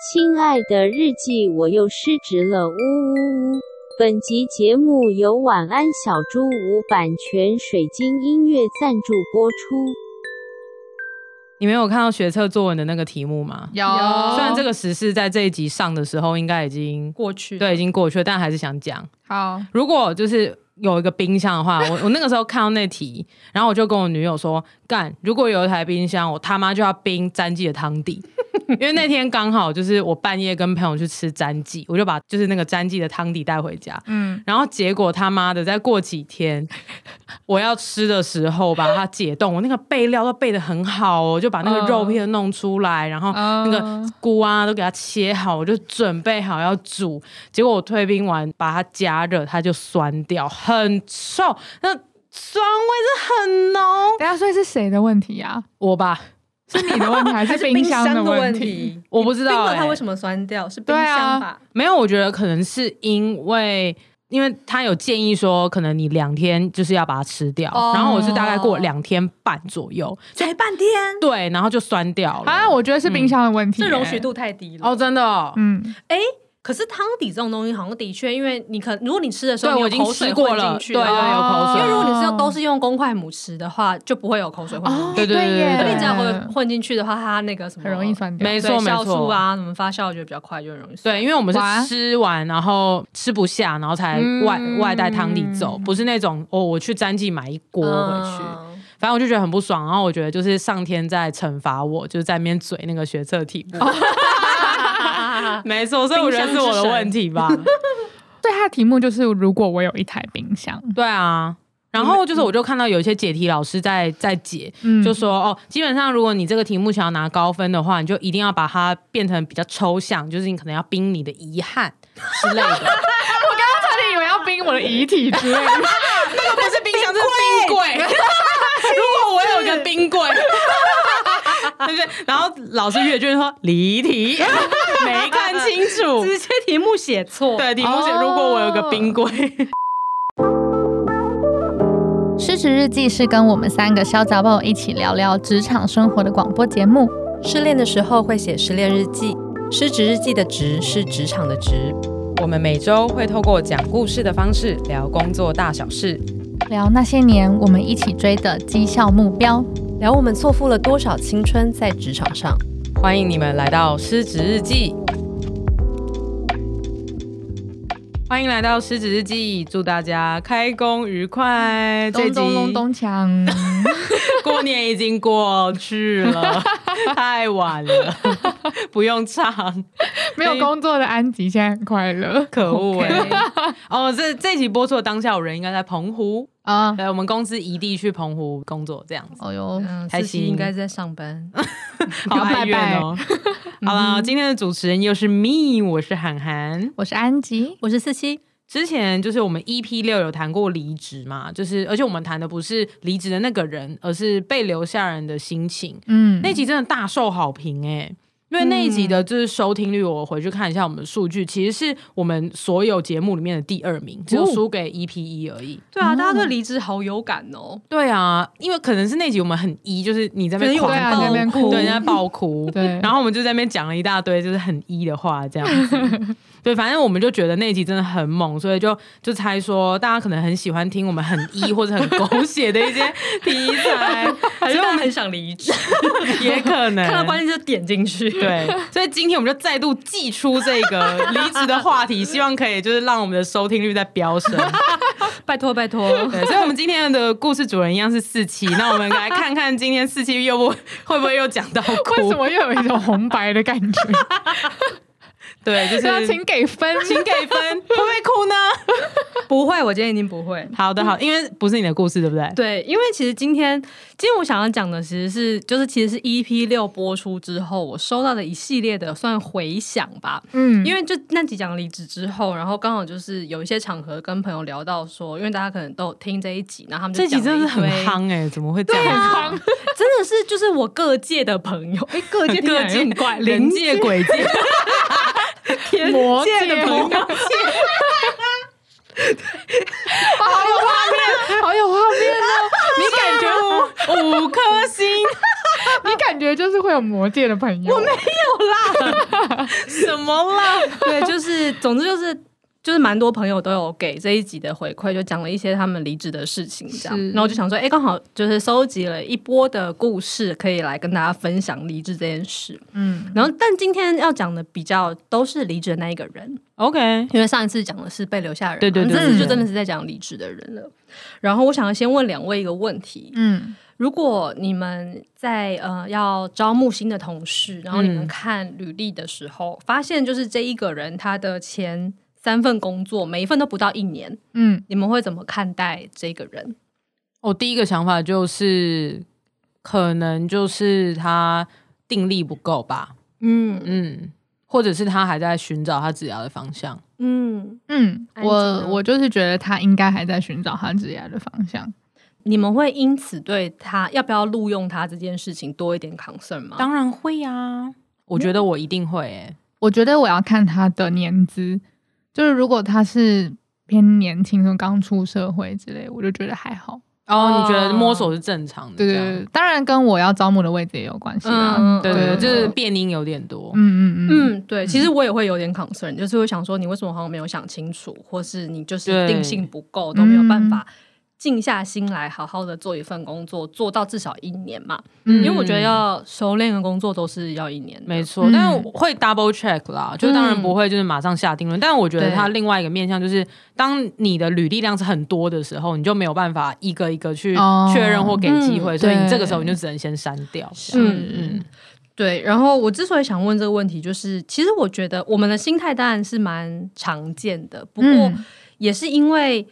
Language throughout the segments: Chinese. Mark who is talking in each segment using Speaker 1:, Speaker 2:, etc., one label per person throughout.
Speaker 1: 亲爱的日记，我又失职了，呜呜呜！本集节目由晚安小猪屋版权水晶音乐赞助播出。
Speaker 2: 你没有看到学测作文的那个题目吗？
Speaker 3: 有，
Speaker 2: 虽然这个时事在这一集上的时候应该已经
Speaker 4: 哦过去
Speaker 2: 对已经过去了，但还是想讲。
Speaker 3: 好，
Speaker 2: 如果就是有一个冰箱的话，我我那个时候看到那题，然后我就跟我女友说：“干，如果有一台冰箱，我他妈就要冰詹记的汤底。” 因为那天刚好就是我半夜跟朋友去吃詹记，我就把就是那个詹记的汤底带回家。
Speaker 3: 嗯，
Speaker 2: 然后结果他妈的，再过几天我要吃的时候，把它解冻，我那个备料都备的很好哦，就把那个
Speaker 3: 嗯
Speaker 2: 肉片弄出来，然后那个
Speaker 3: 嗯
Speaker 2: 菇啊都给它切好，我就准备好要煮。结果我退冰完，把它加热，它就酸掉，很臭，那酸味是很浓。
Speaker 3: 等一下，所以是谁的问题啊？
Speaker 2: 我吧，
Speaker 3: 是你的问题 还是冰箱
Speaker 4: 的
Speaker 3: 问
Speaker 4: 题？
Speaker 2: 我不知
Speaker 4: 冰
Speaker 2: 道、
Speaker 4: 了
Speaker 2: 欸，
Speaker 4: 它为什么酸掉？是冰
Speaker 3: 对啊
Speaker 4: 箱吧？
Speaker 2: 没有，我觉得可能是因为。因为他有建议说，可能你两天就是要把它吃掉，
Speaker 4: 哦
Speaker 2: 然后我是大概过两天半左右，
Speaker 4: 才半天，
Speaker 2: 对，然后就酸掉了。
Speaker 3: 啊，我觉得是冰箱的问题、
Speaker 4: 这
Speaker 3: 欸
Speaker 4: 容许，度太低了。
Speaker 2: 哦，真的、哦，
Speaker 3: 嗯，
Speaker 4: 哎、可是汤底这种东西好像的确，因为你可如果你吃的时候，
Speaker 2: 对
Speaker 4: 你有
Speaker 2: 我已经
Speaker 4: 口水
Speaker 2: 吃过
Speaker 4: 混进
Speaker 2: 了，
Speaker 4: 去
Speaker 2: 对对，有口水。
Speaker 4: 因
Speaker 3: 哦
Speaker 4: 为如果你是用都是用公筷母匙的话，就不会有口水混进
Speaker 3: 哦嗯
Speaker 2: 对
Speaker 4: 去。
Speaker 2: 对对
Speaker 3: 耶
Speaker 2: 对
Speaker 4: 可
Speaker 2: 哦对
Speaker 4: 你只要混混进去的话，它那个什么
Speaker 3: 很容易酸掉。
Speaker 2: 没
Speaker 4: 对
Speaker 2: 错没
Speaker 4: 酵素
Speaker 2: 错
Speaker 4: 啊，什么发酵，我觉得比较快，就很容易酸。
Speaker 2: 对，因为我们
Speaker 3: 哇
Speaker 2: 是吃完然后吃不下，然后才外、
Speaker 4: 嗯
Speaker 2: 外带汤底走，不是那种哦，我去詹记买一锅回去。
Speaker 4: 嗯
Speaker 2: 反正我就觉得很不爽，然后我觉得就是上天在惩罚我，就是在那边嘴那个学测题
Speaker 4: 哦
Speaker 2: 目。
Speaker 4: 嗯
Speaker 2: 没错，所以我觉得是我的问题吧。
Speaker 3: 对，它的题目就是如果我有一台冰箱，
Speaker 2: 对啊，然后就是我就看到有一些解题老师在在解，
Speaker 3: 嗯，
Speaker 2: 就说哦，基本上如果你这个题目想要拿高分的话，你就一定要把它变成比较抽象，就是你可能要冰你的遗憾之类的。
Speaker 3: 我差点以为要冰我的遗体之类的。
Speaker 2: 那个不是冰箱，是冰柜。 如果我有个冰 柜。对不对？然后老师阅卷说离 题，没看清 楚。
Speaker 4: 直接题目写错，
Speaker 2: 对，题目写
Speaker 3: 哦
Speaker 2: 如果我有个冰柜，
Speaker 5: 失职日记是跟我们三个小杂宝一起聊聊职场生活的广播节目。
Speaker 6: 失恋的时候会写失恋日记，失职日记的职是职场的职。
Speaker 7: 我们每周会透过讲故事的方式聊工作大小事，
Speaker 5: 聊那些年我们一起追的绩效目标。
Speaker 6: 聊我们错付了多少青春在职场上。
Speaker 7: 欢迎你们来到《失职日记
Speaker 2: 欢迎来到狮子日记，祝大家开工愉快。这
Speaker 3: 咚
Speaker 2: 集
Speaker 3: 咚咚咚锵，
Speaker 2: 过年已经过去 了，太晚了， 不用唱，
Speaker 3: 没有工作的安吉现在很快 乐
Speaker 2: 可恶哎、哦，这这集播出的当下，我人应该在澎湖，
Speaker 3: 啊！
Speaker 2: 对，我们公司移地去澎湖工作，这样子，
Speaker 5: 哦哟，
Speaker 4: 嗯，
Speaker 2: 开
Speaker 4: 司
Speaker 2: 心
Speaker 4: 机应该在上班。
Speaker 2: 好
Speaker 3: 要拜嗯
Speaker 2: 哀怨哦。好啦，今天的主持人又是 me，我是涵涵。
Speaker 5: 我是安吉。
Speaker 4: 我是四七，
Speaker 2: 之前就是我们 EP 六有谈过离职嘛，就是而且我们谈的不是离职的那个人，而是被留下人的心情。
Speaker 3: 嗯，
Speaker 2: 那集真的大受好评哎、因为那一集的就是收听率，我回去看一下我们的数据，其实是我们所有节目里面的第二名，只有输给 EP 一而已。
Speaker 4: 对啊，大家对离职好有感 哦。
Speaker 2: 对啊，因为可能是那集我们很一，就是你在那边
Speaker 4: 可
Speaker 2: 狂
Speaker 4: 能有
Speaker 3: 对啊
Speaker 2: 爆
Speaker 3: 在那边哭
Speaker 2: 对，人家爆哭，
Speaker 3: 对
Speaker 2: 然后我们就在那边讲了一大堆就是很一的话，这样子。对，反正我们就觉得那集真的很猛，所以就就猜说大家可能很喜欢听我们很一或者很狗血的一些题材，
Speaker 4: 还
Speaker 2: 还
Speaker 4: 是
Speaker 2: 是
Speaker 4: 我
Speaker 2: 我
Speaker 4: 们
Speaker 2: 们
Speaker 4: 很想离职，
Speaker 2: 也可能
Speaker 4: 看到关键就点进去。
Speaker 2: 对，所以今天我们就再度祭出这个离职的话题，希望可以就是让我们的收听率在飙升。
Speaker 4: 拜托拜托，
Speaker 2: 对， 所以我们今天的故事主人一样是四 期，那我们来看看今天四期又不 会不会又讲到
Speaker 3: 为什
Speaker 2: 哭？
Speaker 3: 么又有一种红白的感 觉？
Speaker 2: 对，就
Speaker 3: 对啊，
Speaker 2: 是
Speaker 3: 请给分，
Speaker 2: 请给分，会不会哭 呢？
Speaker 4: 不会，我今天已经不会。
Speaker 2: 好的，好，因为不是你的故事，对不对？
Speaker 4: 对，因为其实今天，今天我想要讲的其实是，就是其实是 EP 六播出之后，我收到的一系列的算回响吧。
Speaker 3: 嗯，
Speaker 4: 因
Speaker 3: 为
Speaker 4: 为就那几讲离职之后，然后刚好就是有一些场合跟朋友聊到说，因为大家可能都有听这一集，然后他们就
Speaker 2: 这集
Speaker 4: 讲
Speaker 2: 真的
Speaker 4: 了
Speaker 2: 是
Speaker 4: 一
Speaker 2: 很
Speaker 4: 堆
Speaker 2: 夯哎、怎么会这样？
Speaker 4: 真的是就是我各界的朋友，哎、 各界
Speaker 2: 各界
Speaker 4: 很怪，
Speaker 2: 灵界鬼界，
Speaker 4: 天
Speaker 3: 魔
Speaker 4: 界
Speaker 3: 界
Speaker 4: 的朋友，
Speaker 3: 好有画面啊！
Speaker 2: 你感觉五五颗星？
Speaker 3: 你感觉就是会有魔界的朋友，我没有
Speaker 2: 什么啦？
Speaker 4: 对，就是总之就是就是蛮多朋友都有给这一集的回馈，就讲了一些他们离职的事情，这样。
Speaker 5: 是
Speaker 4: 然后我就想说，哎，刚好就是收集了一波的故事，可以来跟大家分享离职这件事。
Speaker 3: 嗯，
Speaker 4: 然后，但今天要讲的比较都是离职的那一个人，
Speaker 2: OK，
Speaker 4: 因为上一次讲的是被留下人嘛，
Speaker 2: 对对对
Speaker 4: 这次
Speaker 3: 对
Speaker 4: 就真的是在讲离职的人了。然后，我想要先问两位一个问题，
Speaker 3: 嗯，
Speaker 4: 如果你们在呃要招募新的同事，然后你们看履历的时候，发现就是这一个人他的前三份工作每一份都不到一年，
Speaker 3: 嗯，
Speaker 4: 你们会怎么看待这个人？
Speaker 2: 我第一个想法就是，可能就是他定力不够吧，
Speaker 4: 嗯
Speaker 2: 嗯，或者是他还在寻找他治疗的方向。
Speaker 4: 嗯，
Speaker 3: 嗯，
Speaker 4: 安静
Speaker 3: 我
Speaker 4: 呢
Speaker 3: 我就是觉得他应该还在寻找他职业的方向。
Speaker 4: 你们会因此对他要不要录用他这件事情多一点 concern 吗？
Speaker 2: 当然会啊，我觉得我一定会、欸。
Speaker 3: 我觉得我要看他的年资，就是如果他是偏年轻，就刚出社会之类，我就觉得还好。
Speaker 2: 哦，你觉得摸索是正常的？
Speaker 3: 对
Speaker 2: 这
Speaker 3: 对
Speaker 2: 样
Speaker 3: 对，当然跟我要招募的位置也有关系啦。嗯
Speaker 2: 啊对对对，
Speaker 3: 对
Speaker 2: 就是变音有点多。
Speaker 3: 嗯嗯嗯，
Speaker 4: 嗯，对，其实我也会有点 concern，就是会想说，你为什么好像没有想清楚，或是你就是
Speaker 2: 对
Speaker 4: 定性不够，都没有办法静下心来好好的做一份工作，做到至少一年嘛。因为我觉得要熟练的工作都是要一年的，
Speaker 2: 嗯没错，
Speaker 3: 嗯
Speaker 2: 但我会 double check 啦，就当然不会就是马上下定论，但我觉得
Speaker 4: 对
Speaker 2: 它另外一个面向就是，当你的履历量是很多的时候，你就没有办法一个一个去
Speaker 3: 哦
Speaker 2: 确认或给机会，
Speaker 4: 嗯
Speaker 2: 所以你
Speaker 3: 对
Speaker 2: 这个时候你就只能先删掉。
Speaker 3: 是
Speaker 4: 嗯
Speaker 2: 嗯，
Speaker 4: 对。然后我之所以想问这个问题，就是其实我觉得我们的心态当然是蛮常见的，不过
Speaker 3: 嗯
Speaker 4: 也是因为。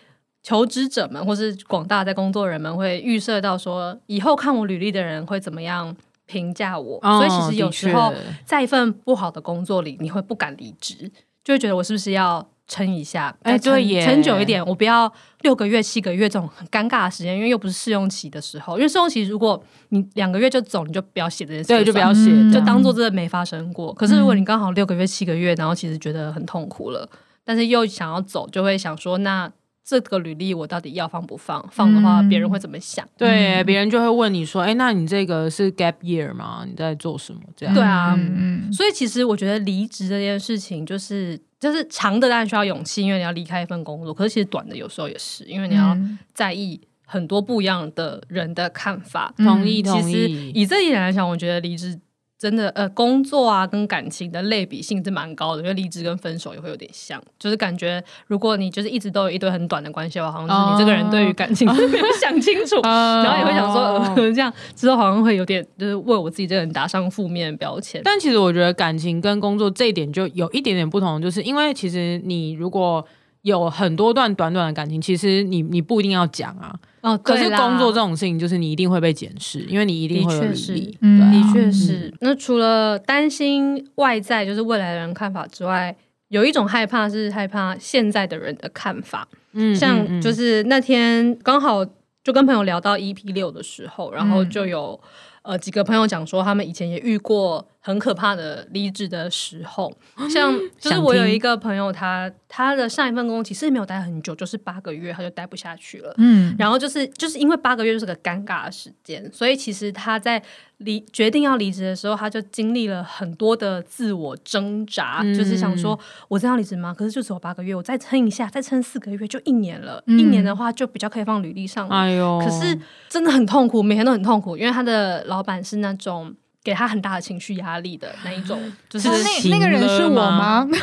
Speaker 4: 求职者们，或是广大在工作人们，会预设到说，以后看我履历的人会怎么样评价我，
Speaker 2: 哦
Speaker 4: 嗯所以其实有时候
Speaker 2: 的确
Speaker 4: 在一份不好的工作里，你会不敢离职，就会觉得我是不是要撑一下？
Speaker 2: 哎
Speaker 4: 再撑
Speaker 2: 对耶
Speaker 4: 撑久一点，我不要六个月、七个月这种很尴尬的时间，因为又不是试用期的时候。因为试用期如果你两个月就走，你就不要写这件事，
Speaker 2: 对，就不要写，
Speaker 3: 嗯
Speaker 2: 这
Speaker 4: 就
Speaker 2: 样嗯
Speaker 4: 当做真的没发生过。可是如果你刚好六个月、七个月，然后其实觉得很痛苦了，但是又想要走，就会想说那。这个履历我到底要放不放？放的话，
Speaker 3: 嗯
Speaker 4: 别人会怎么想？
Speaker 2: 对别人就会问你说，哎，那你这个是 gap year 吗？你在做什么？这样
Speaker 4: 对啊
Speaker 3: 嗯嗯
Speaker 4: 所以其实我觉得离职这件事情，就是就是长的当然需要勇气，因为你要离开一份工作。可是其实短的有时候也是，因为你要
Speaker 3: 嗯
Speaker 4: 在意很多不一样的人的看法。
Speaker 3: 嗯
Speaker 2: 同意
Speaker 4: 其
Speaker 2: 同
Speaker 4: 实
Speaker 2: 意。
Speaker 4: 以这一点来讲，我觉得离职真的呃，工作啊跟感情的类比性是蛮高的，因为离职跟分手也会有点像，就是感觉如果你就是一直都有一堆很短的关系的话，好像就是你这个人对于感情是没有想清楚，
Speaker 3: 呃
Speaker 4: 然后也会想说、
Speaker 2: 哦
Speaker 4: 呃、这 样之后好像会有点就是为我自己这个人打上负面的标签。
Speaker 2: 但其实我觉得感情跟工作这一点就有一点点不同，就是因为其实你如果有很多段短短的感情，其实你你不一定要讲啊。
Speaker 4: 哦，
Speaker 2: 可是
Speaker 4: 对啦
Speaker 2: 工作这种事情，就是你一定会被检视，因为你一定会有
Speaker 4: 的
Speaker 2: 履
Speaker 4: 确是
Speaker 2: 历。
Speaker 3: 嗯
Speaker 2: 对啊
Speaker 4: 的确是。那除了担心外在就是未来的人看法之外，有一种害怕是害怕现在的人的看法。
Speaker 2: 嗯
Speaker 4: 像就。
Speaker 2: 嗯嗯
Speaker 4: 是那天刚好就跟朋友聊到 EP 六的时候，然
Speaker 2: 嗯
Speaker 4: 后就有、呃几个朋友讲说，他们以前也遇过很可怕的离职的时候，
Speaker 2: 啊
Speaker 4: 像就是我有一个朋友他他的上一份工其实没有待很久，就是八个月，他就待不下去了。
Speaker 3: 嗯
Speaker 4: 然后就是就是因为八个月就是个尴尬的时间，所以其实他在离决定要离职的时候，他就经历了很多的自我挣扎，
Speaker 2: 嗯
Speaker 4: 就是想说我真的要离职吗？可是就只有八个月，我再撑一下，再撑四个月就一年了。
Speaker 3: 嗯
Speaker 4: 一年的话就比较可以放履历上了。
Speaker 2: 哎呦！
Speaker 4: 可是真的很痛苦，每天都很痛苦，因为他的老板是那种给他很大的情绪压力的那一种，
Speaker 2: 啊
Speaker 4: 就是
Speaker 3: 哦那那个人是我吗？不是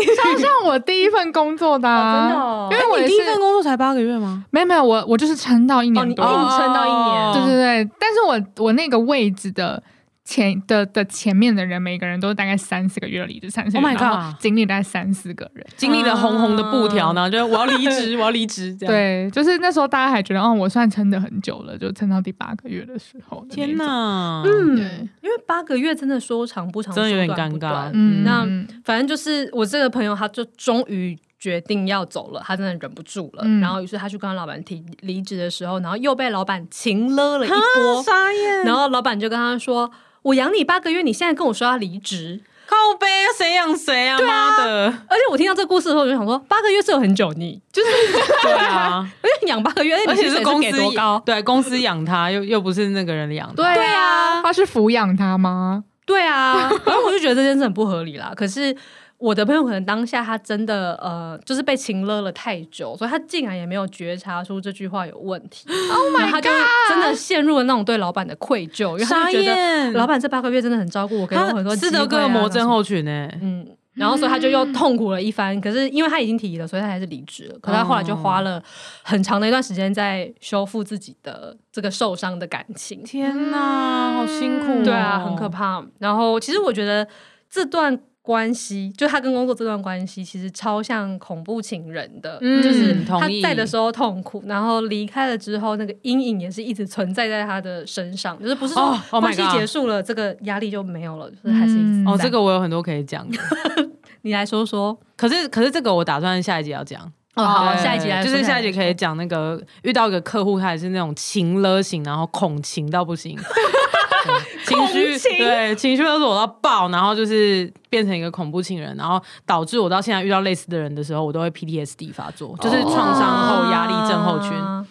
Speaker 3: 你，超像我第一份工作的
Speaker 4: 哦
Speaker 3: 啊，
Speaker 4: 真的哦
Speaker 3: 因为我
Speaker 2: 你
Speaker 3: 也
Speaker 2: 第一份
Speaker 3: 是
Speaker 2: 工作才八个月吗？
Speaker 3: 没有没有我我就是撑到一
Speaker 4: 哦，
Speaker 3: 年
Speaker 4: 你硬
Speaker 3: 多，
Speaker 4: 撑到一年，
Speaker 2: 哦
Speaker 3: 对对对，但是我我那个位置的。前的的前面的人，每个人都大概三四个月离职，三四个
Speaker 2: Oh
Speaker 3: 月
Speaker 2: my
Speaker 3: 然后
Speaker 2: god
Speaker 3: 经历大概三四个人。
Speaker 2: 经历了红红的布条，然后就我要离职，我要离职，这样。，
Speaker 3: 对，就是那时候大家还觉得，哦，我算撑的很久了，就撑到第八个月的时候的那种。
Speaker 2: 天哪！
Speaker 4: 嗯
Speaker 3: 对，
Speaker 4: 因为八个月真的说长不长，
Speaker 2: 真的有点
Speaker 4: 说短不
Speaker 2: 尴尬
Speaker 4: 短
Speaker 3: 嗯，
Speaker 4: 那
Speaker 3: 嗯
Speaker 4: 反正就是我这个朋友，他就终于决定要走了，他真的忍不住了，
Speaker 3: 嗯
Speaker 4: 然后于是他去跟他老板提离职的时候，然后又被老板情勒了一波，
Speaker 2: 嗯啊傻眼。
Speaker 4: 然后老板就跟他说：“我养你八个月，你现在跟我说要离职。”
Speaker 2: 靠背谁养谁啊？妈的！
Speaker 4: 而且我听到这故事的时候，我就想说，八个月是有很久，你就是
Speaker 2: 对啊，
Speaker 4: 因为养八个月，
Speaker 2: 而且
Speaker 4: 是
Speaker 2: 是公
Speaker 4: 给多
Speaker 2: 司
Speaker 4: 高？
Speaker 2: 对公司养他，又又不是那个人养他。
Speaker 3: 对啊，他是抚养他吗？
Speaker 4: 对啊，然后我就觉得这件事很不合理啦。可是我的朋友可能当下他真的呃，就是被情勒了太久，所以他竟然也没有觉察出这句话有问题。Oh my god！他就真的陷入了那种对老板的愧疚，因为他
Speaker 2: 傻
Speaker 4: 就觉得
Speaker 2: 眼，
Speaker 4: 老板这八个月真的很照顾我，给了我很多
Speaker 2: 他斯德哥
Speaker 4: 机
Speaker 2: 尔
Speaker 4: 会啊
Speaker 2: 摩症，候群欸呢？
Speaker 4: 然后什么嗯。然后，所以他就又痛苦了一番。可是，因为他已经提了，所以他还是离职了。可是他后来就花了很长的一段时间在修复自己的这个受伤的感情。
Speaker 2: 天哪，好辛苦哦，
Speaker 4: 对啊，很可怕。然后其实我觉得这段关系，就他跟工作这段关系，其实超像恐怖情人的，
Speaker 2: 嗯
Speaker 4: 就是他
Speaker 2: 同意
Speaker 4: 在的时候痛苦，然后离开了之后，那个阴影也是一直存在在他的身上，就是不是
Speaker 2: 哦
Speaker 4: 说
Speaker 2: ，Oh my
Speaker 4: 关系
Speaker 2: God
Speaker 4: 结束了，这个压力就没有了，就是还是一直
Speaker 3: 嗯
Speaker 2: 哦。
Speaker 4: 在
Speaker 2: 这个我有很多可以讲的，
Speaker 4: 你来说说。
Speaker 2: 可是可是这个我打算下一集要讲。
Speaker 4: 哦，好，
Speaker 2: 对
Speaker 4: 下一集来说，
Speaker 2: 就是下一
Speaker 4: 来
Speaker 2: 集可以
Speaker 4: 说。
Speaker 2: 讲那个遇到一个客户，他也是那种情勒型，然后恐情到不 行，对情绪对情绪勒索到爆，然后就是变成一个恐怖情人，然后导致我到现在遇到类似的人的时候，我都会 PTSD 发作，就是创伤后压力症候群。
Speaker 4: 啊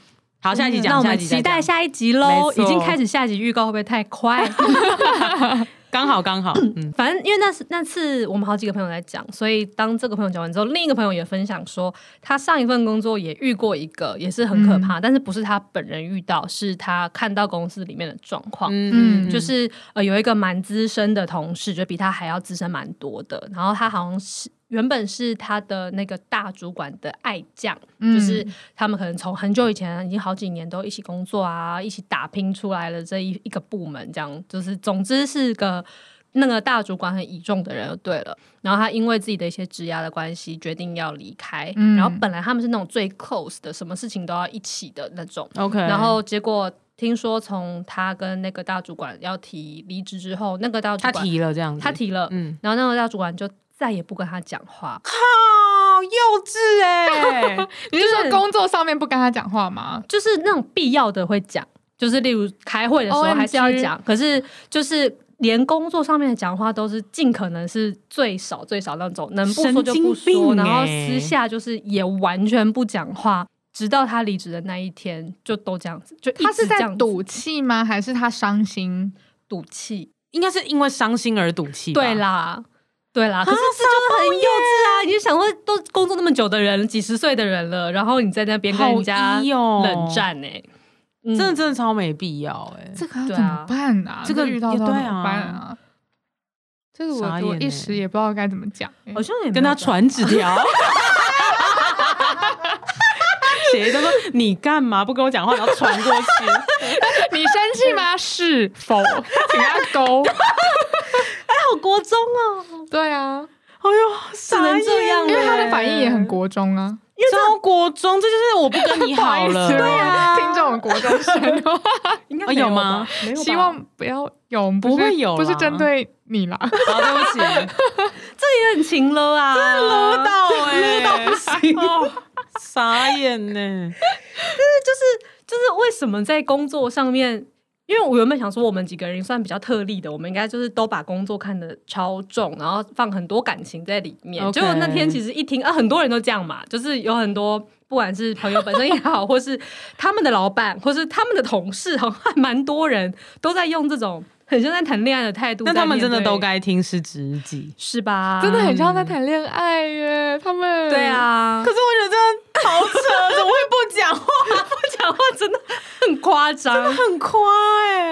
Speaker 2: 好，下一集
Speaker 4: 哦那
Speaker 2: 讲，
Speaker 4: 我
Speaker 2: 下一
Speaker 4: 们
Speaker 2: 集再
Speaker 4: 期待
Speaker 2: 讲
Speaker 4: 下一集喽！
Speaker 2: 没错
Speaker 4: 已经开始下一集预告，会不会太 快？
Speaker 2: 刚好刚好，嗯，
Speaker 4: 反正因为那是那次我们好几个朋友在讲，所以当这个朋友讲完之后，另一个朋友也分享说，他上一份工作也遇过一个，也是很可
Speaker 2: 嗯
Speaker 4: 怕，但是不是他本人遇到，是他看到公司里面的状况。
Speaker 2: 嗯
Speaker 4: 就是呃，有一个蛮资深的同事，就比他还要资深蛮多的。然后他好像是原本是他的那个大主管的爱将，
Speaker 3: 嗯
Speaker 4: 就是他们可能从很久以前，已经好几年都一起工作啊，一起打拼出来了这一一个部门，这样就是总之是个那个大主管很倚重的人就对了。然后他因为自己的一些职涯的关系，决定要离开。
Speaker 3: 嗯
Speaker 4: 然后本来他们是那种最 close 的，什么事情都要一起的那种。
Speaker 2: OK，
Speaker 4: 然后结果听说从他跟那个大主管要提离职之后，那个大主
Speaker 2: 他
Speaker 4: 管
Speaker 2: 提了这样子，
Speaker 4: 他，提了，
Speaker 2: 嗯，
Speaker 4: 然后那个大主管就再也不跟他讲话，
Speaker 2: 好幼稚
Speaker 4: 欸
Speaker 2: 哎、
Speaker 3: 你是说工作上面不跟他讲话吗？
Speaker 4: 就是那种必要的会讲，就是例如开会的时候
Speaker 3: OMG
Speaker 4: 还是要讲，可是就是。连工作上面的讲话都是尽可能是最少最少那种，能不说
Speaker 2: 神
Speaker 4: 就不
Speaker 2: 经
Speaker 4: 说，
Speaker 2: 病欸
Speaker 4: 然后私下就是也完全不讲话，直到他离职的那一天就都这样子，就一直
Speaker 3: 他是
Speaker 4: 这
Speaker 3: 在
Speaker 4: 样子
Speaker 3: 赌气吗？还是他伤心？
Speaker 4: 赌气，
Speaker 2: 应该是因为伤心而赌气吧，
Speaker 4: 对啦，对啦，可是这就很幼稚啊！你就想说，都工作那么久的人，几十岁的人了，然后你在那边跟人家
Speaker 2: 好低哦
Speaker 4: 冷战哎、嗯
Speaker 2: 真的真的超没必要哎、
Speaker 3: 这个要
Speaker 4: 对
Speaker 3: 怎
Speaker 4: 啊
Speaker 3: 么办啊？
Speaker 2: 这个
Speaker 3: 遇到
Speaker 2: 也
Speaker 3: 到
Speaker 2: 对
Speaker 3: 怎么办
Speaker 2: 啊
Speaker 3: 啊？这个
Speaker 2: 傻
Speaker 3: 我
Speaker 2: 眼
Speaker 3: 我
Speaker 2: 欸
Speaker 3: 一时也不知道该怎么讲欸。
Speaker 4: 好像也没有
Speaker 2: 跟他传纸条。写一堆说你干嘛不跟我讲话，然后传过去，
Speaker 3: 你生 气吗？是否？请他勾。
Speaker 4: 到国中啊，
Speaker 3: 对啊，
Speaker 2: 哎呦，只
Speaker 4: 能这样
Speaker 3: 因为他的反应也很国中啊。
Speaker 2: 中国中，这就是我不跟你
Speaker 3: 不好
Speaker 2: 好
Speaker 3: 意
Speaker 2: 了，
Speaker 3: 思，啊听众们国中生哦，
Speaker 4: 应该
Speaker 2: 啊
Speaker 4: 没有
Speaker 2: 有吗
Speaker 4: 吧？没有吧
Speaker 3: 希望不要有，不
Speaker 2: 不
Speaker 3: 是
Speaker 2: 会有啦
Speaker 3: 不是针对你
Speaker 4: 嗯
Speaker 3: 啦。
Speaker 2: 好，对不起，
Speaker 4: 这也很勤了啊，真
Speaker 2: 勒到哎、
Speaker 4: 勒到不行。
Speaker 2: 哦，傻眼呢、
Speaker 4: 就是为什么在工作上面，因为我原本想说我们几个人算比较特例的，我们应该就是都把工作看得超重，然后放很多感情在里面。
Speaker 2: OK
Speaker 4: 结果那天其实一听啊，很多人都这样嘛，就是有很多不管是朋友本身也好，或是他们的老板，或是他们的同事，好像还蛮多人都在用这种很像在谈恋爱的态度在
Speaker 2: 那
Speaker 4: 面对。
Speaker 2: 他们真的都该听失职日记，
Speaker 4: 是吧？
Speaker 3: 真的很像在谈恋爱耶，他们
Speaker 4: 对，啊，
Speaker 2: 可是我觉得真的好扯，怎么会不讲话？
Speaker 4: 讲话真的很夸张，
Speaker 2: 很夸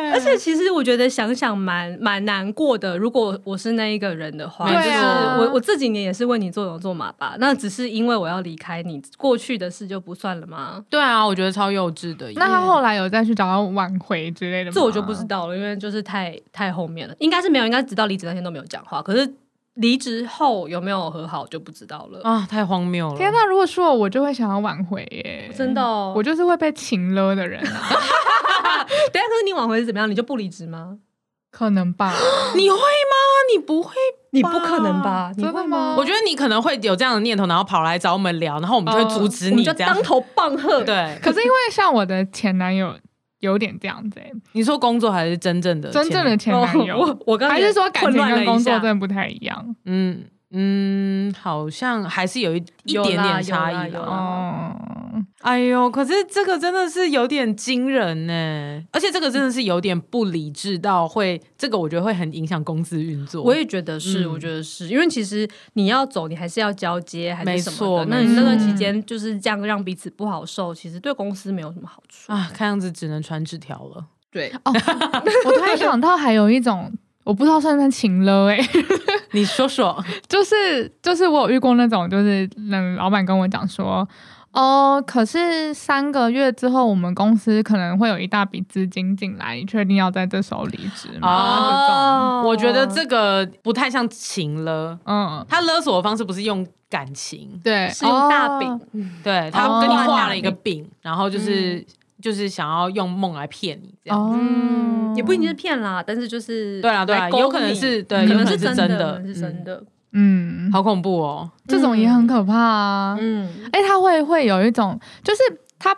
Speaker 2: 哎、
Speaker 4: 而且其实我觉得想想蛮蛮难过的。如果我是那一个人的话，
Speaker 2: 没
Speaker 4: 就是
Speaker 3: 错
Speaker 4: 我我这几年也是为你做牛做马吧。那只是因为我要离开你，过去的事就不算了吗？
Speaker 2: 对啊，我觉得超幼稚的耶，
Speaker 3: 那他后来有再去找他挽回之类的吗？
Speaker 4: 这我就不知道了，因为就是太太后面了，应该是没有，应该直到离职那天都没有讲话。可是离职后有没有和好就不知道
Speaker 3: 哦
Speaker 4: 了。
Speaker 2: 啊，太荒谬了，
Speaker 3: 天呐，如果说我，我就会想要挽回耶，
Speaker 4: 真的、哦，
Speaker 3: 我就是会被情勒的人啊，
Speaker 4: 等一下，可是你挽回是怎么样？你就不离职吗？
Speaker 3: 可能吧？
Speaker 2: 你会吗？你不会
Speaker 4: 你不可能吧？你
Speaker 3: 真的
Speaker 4: 会
Speaker 3: 吗？
Speaker 2: 我觉得你可能会有这样的念头，然后跑来找我们聊，然后我们就会阻止
Speaker 4: 我
Speaker 2: 你
Speaker 4: 们就
Speaker 2: 这样。
Speaker 4: 当头棒喝。
Speaker 2: 对，
Speaker 3: 可是因为像我的前男友，有点这样子、欸，
Speaker 2: 你说工作还是真正的
Speaker 3: 真正的
Speaker 2: 前
Speaker 3: 前男友，
Speaker 4: 哦我我刚刚
Speaker 3: 还
Speaker 4: 也
Speaker 3: 是说感
Speaker 4: 混
Speaker 3: 情
Speaker 4: 乱了
Speaker 3: 跟
Speaker 4: 一
Speaker 3: 工作
Speaker 4: 下
Speaker 3: 真的不太一样？
Speaker 2: 嗯嗯，好像还是有一一
Speaker 4: 有
Speaker 2: 点
Speaker 4: 啦
Speaker 2: 点差
Speaker 4: 有啦
Speaker 2: 异
Speaker 4: 有啦
Speaker 2: 啊。
Speaker 3: 哦、
Speaker 2: 哎呦，可是这个真的是有点惊人呢，而且这个真的是有点不理智到会，这个我觉得会很影响公司运作。
Speaker 4: 我也觉得是，
Speaker 2: 嗯
Speaker 4: 我觉得是因为其实你要走，你还是要交接还
Speaker 2: 没
Speaker 4: 是什么
Speaker 2: 错
Speaker 4: 的。那
Speaker 2: 没
Speaker 4: 你那段期
Speaker 3: 错
Speaker 4: 间就是这样让彼此不好受，其实对公司没有什么好处。
Speaker 2: 啊，看样子只能传纸条了。
Speaker 4: 对，
Speaker 3: 我突然想到，还有一种我不知道算不算情了哎、
Speaker 2: 你说说，
Speaker 3: 就是就是我有遇过那种，就是嗯，老板跟我讲说，哦，可是三个月之后，我们公司可能会有一大笔资金进来，你确定要在这时候离职吗？
Speaker 4: 哦
Speaker 2: 啊哦我觉得这个不太像情了。
Speaker 3: 嗯，
Speaker 2: 他勒索的方式不是用感情，
Speaker 3: 对，
Speaker 4: 哦是用大饼
Speaker 3: 哦，
Speaker 2: 对他跟你
Speaker 3: 哦
Speaker 2: 画了一个饼，然后就是、嗯就是想要用梦来骗你这样。
Speaker 3: 哦，
Speaker 4: 嗯，也不一定是骗啦，但是就是
Speaker 2: 对啊啦对啦
Speaker 4: 来勾
Speaker 2: 有可能
Speaker 4: 你
Speaker 2: 是对
Speaker 4: 可
Speaker 2: 有可
Speaker 4: 能
Speaker 2: 能
Speaker 4: 是
Speaker 2: 是真
Speaker 4: 真
Speaker 2: 的嗯
Speaker 4: 可能是真的，
Speaker 3: 嗯，
Speaker 2: 好恐怖哦！
Speaker 3: 这种也很可怕啊。
Speaker 4: 嗯，
Speaker 3: 哎、他会会有一种，就是他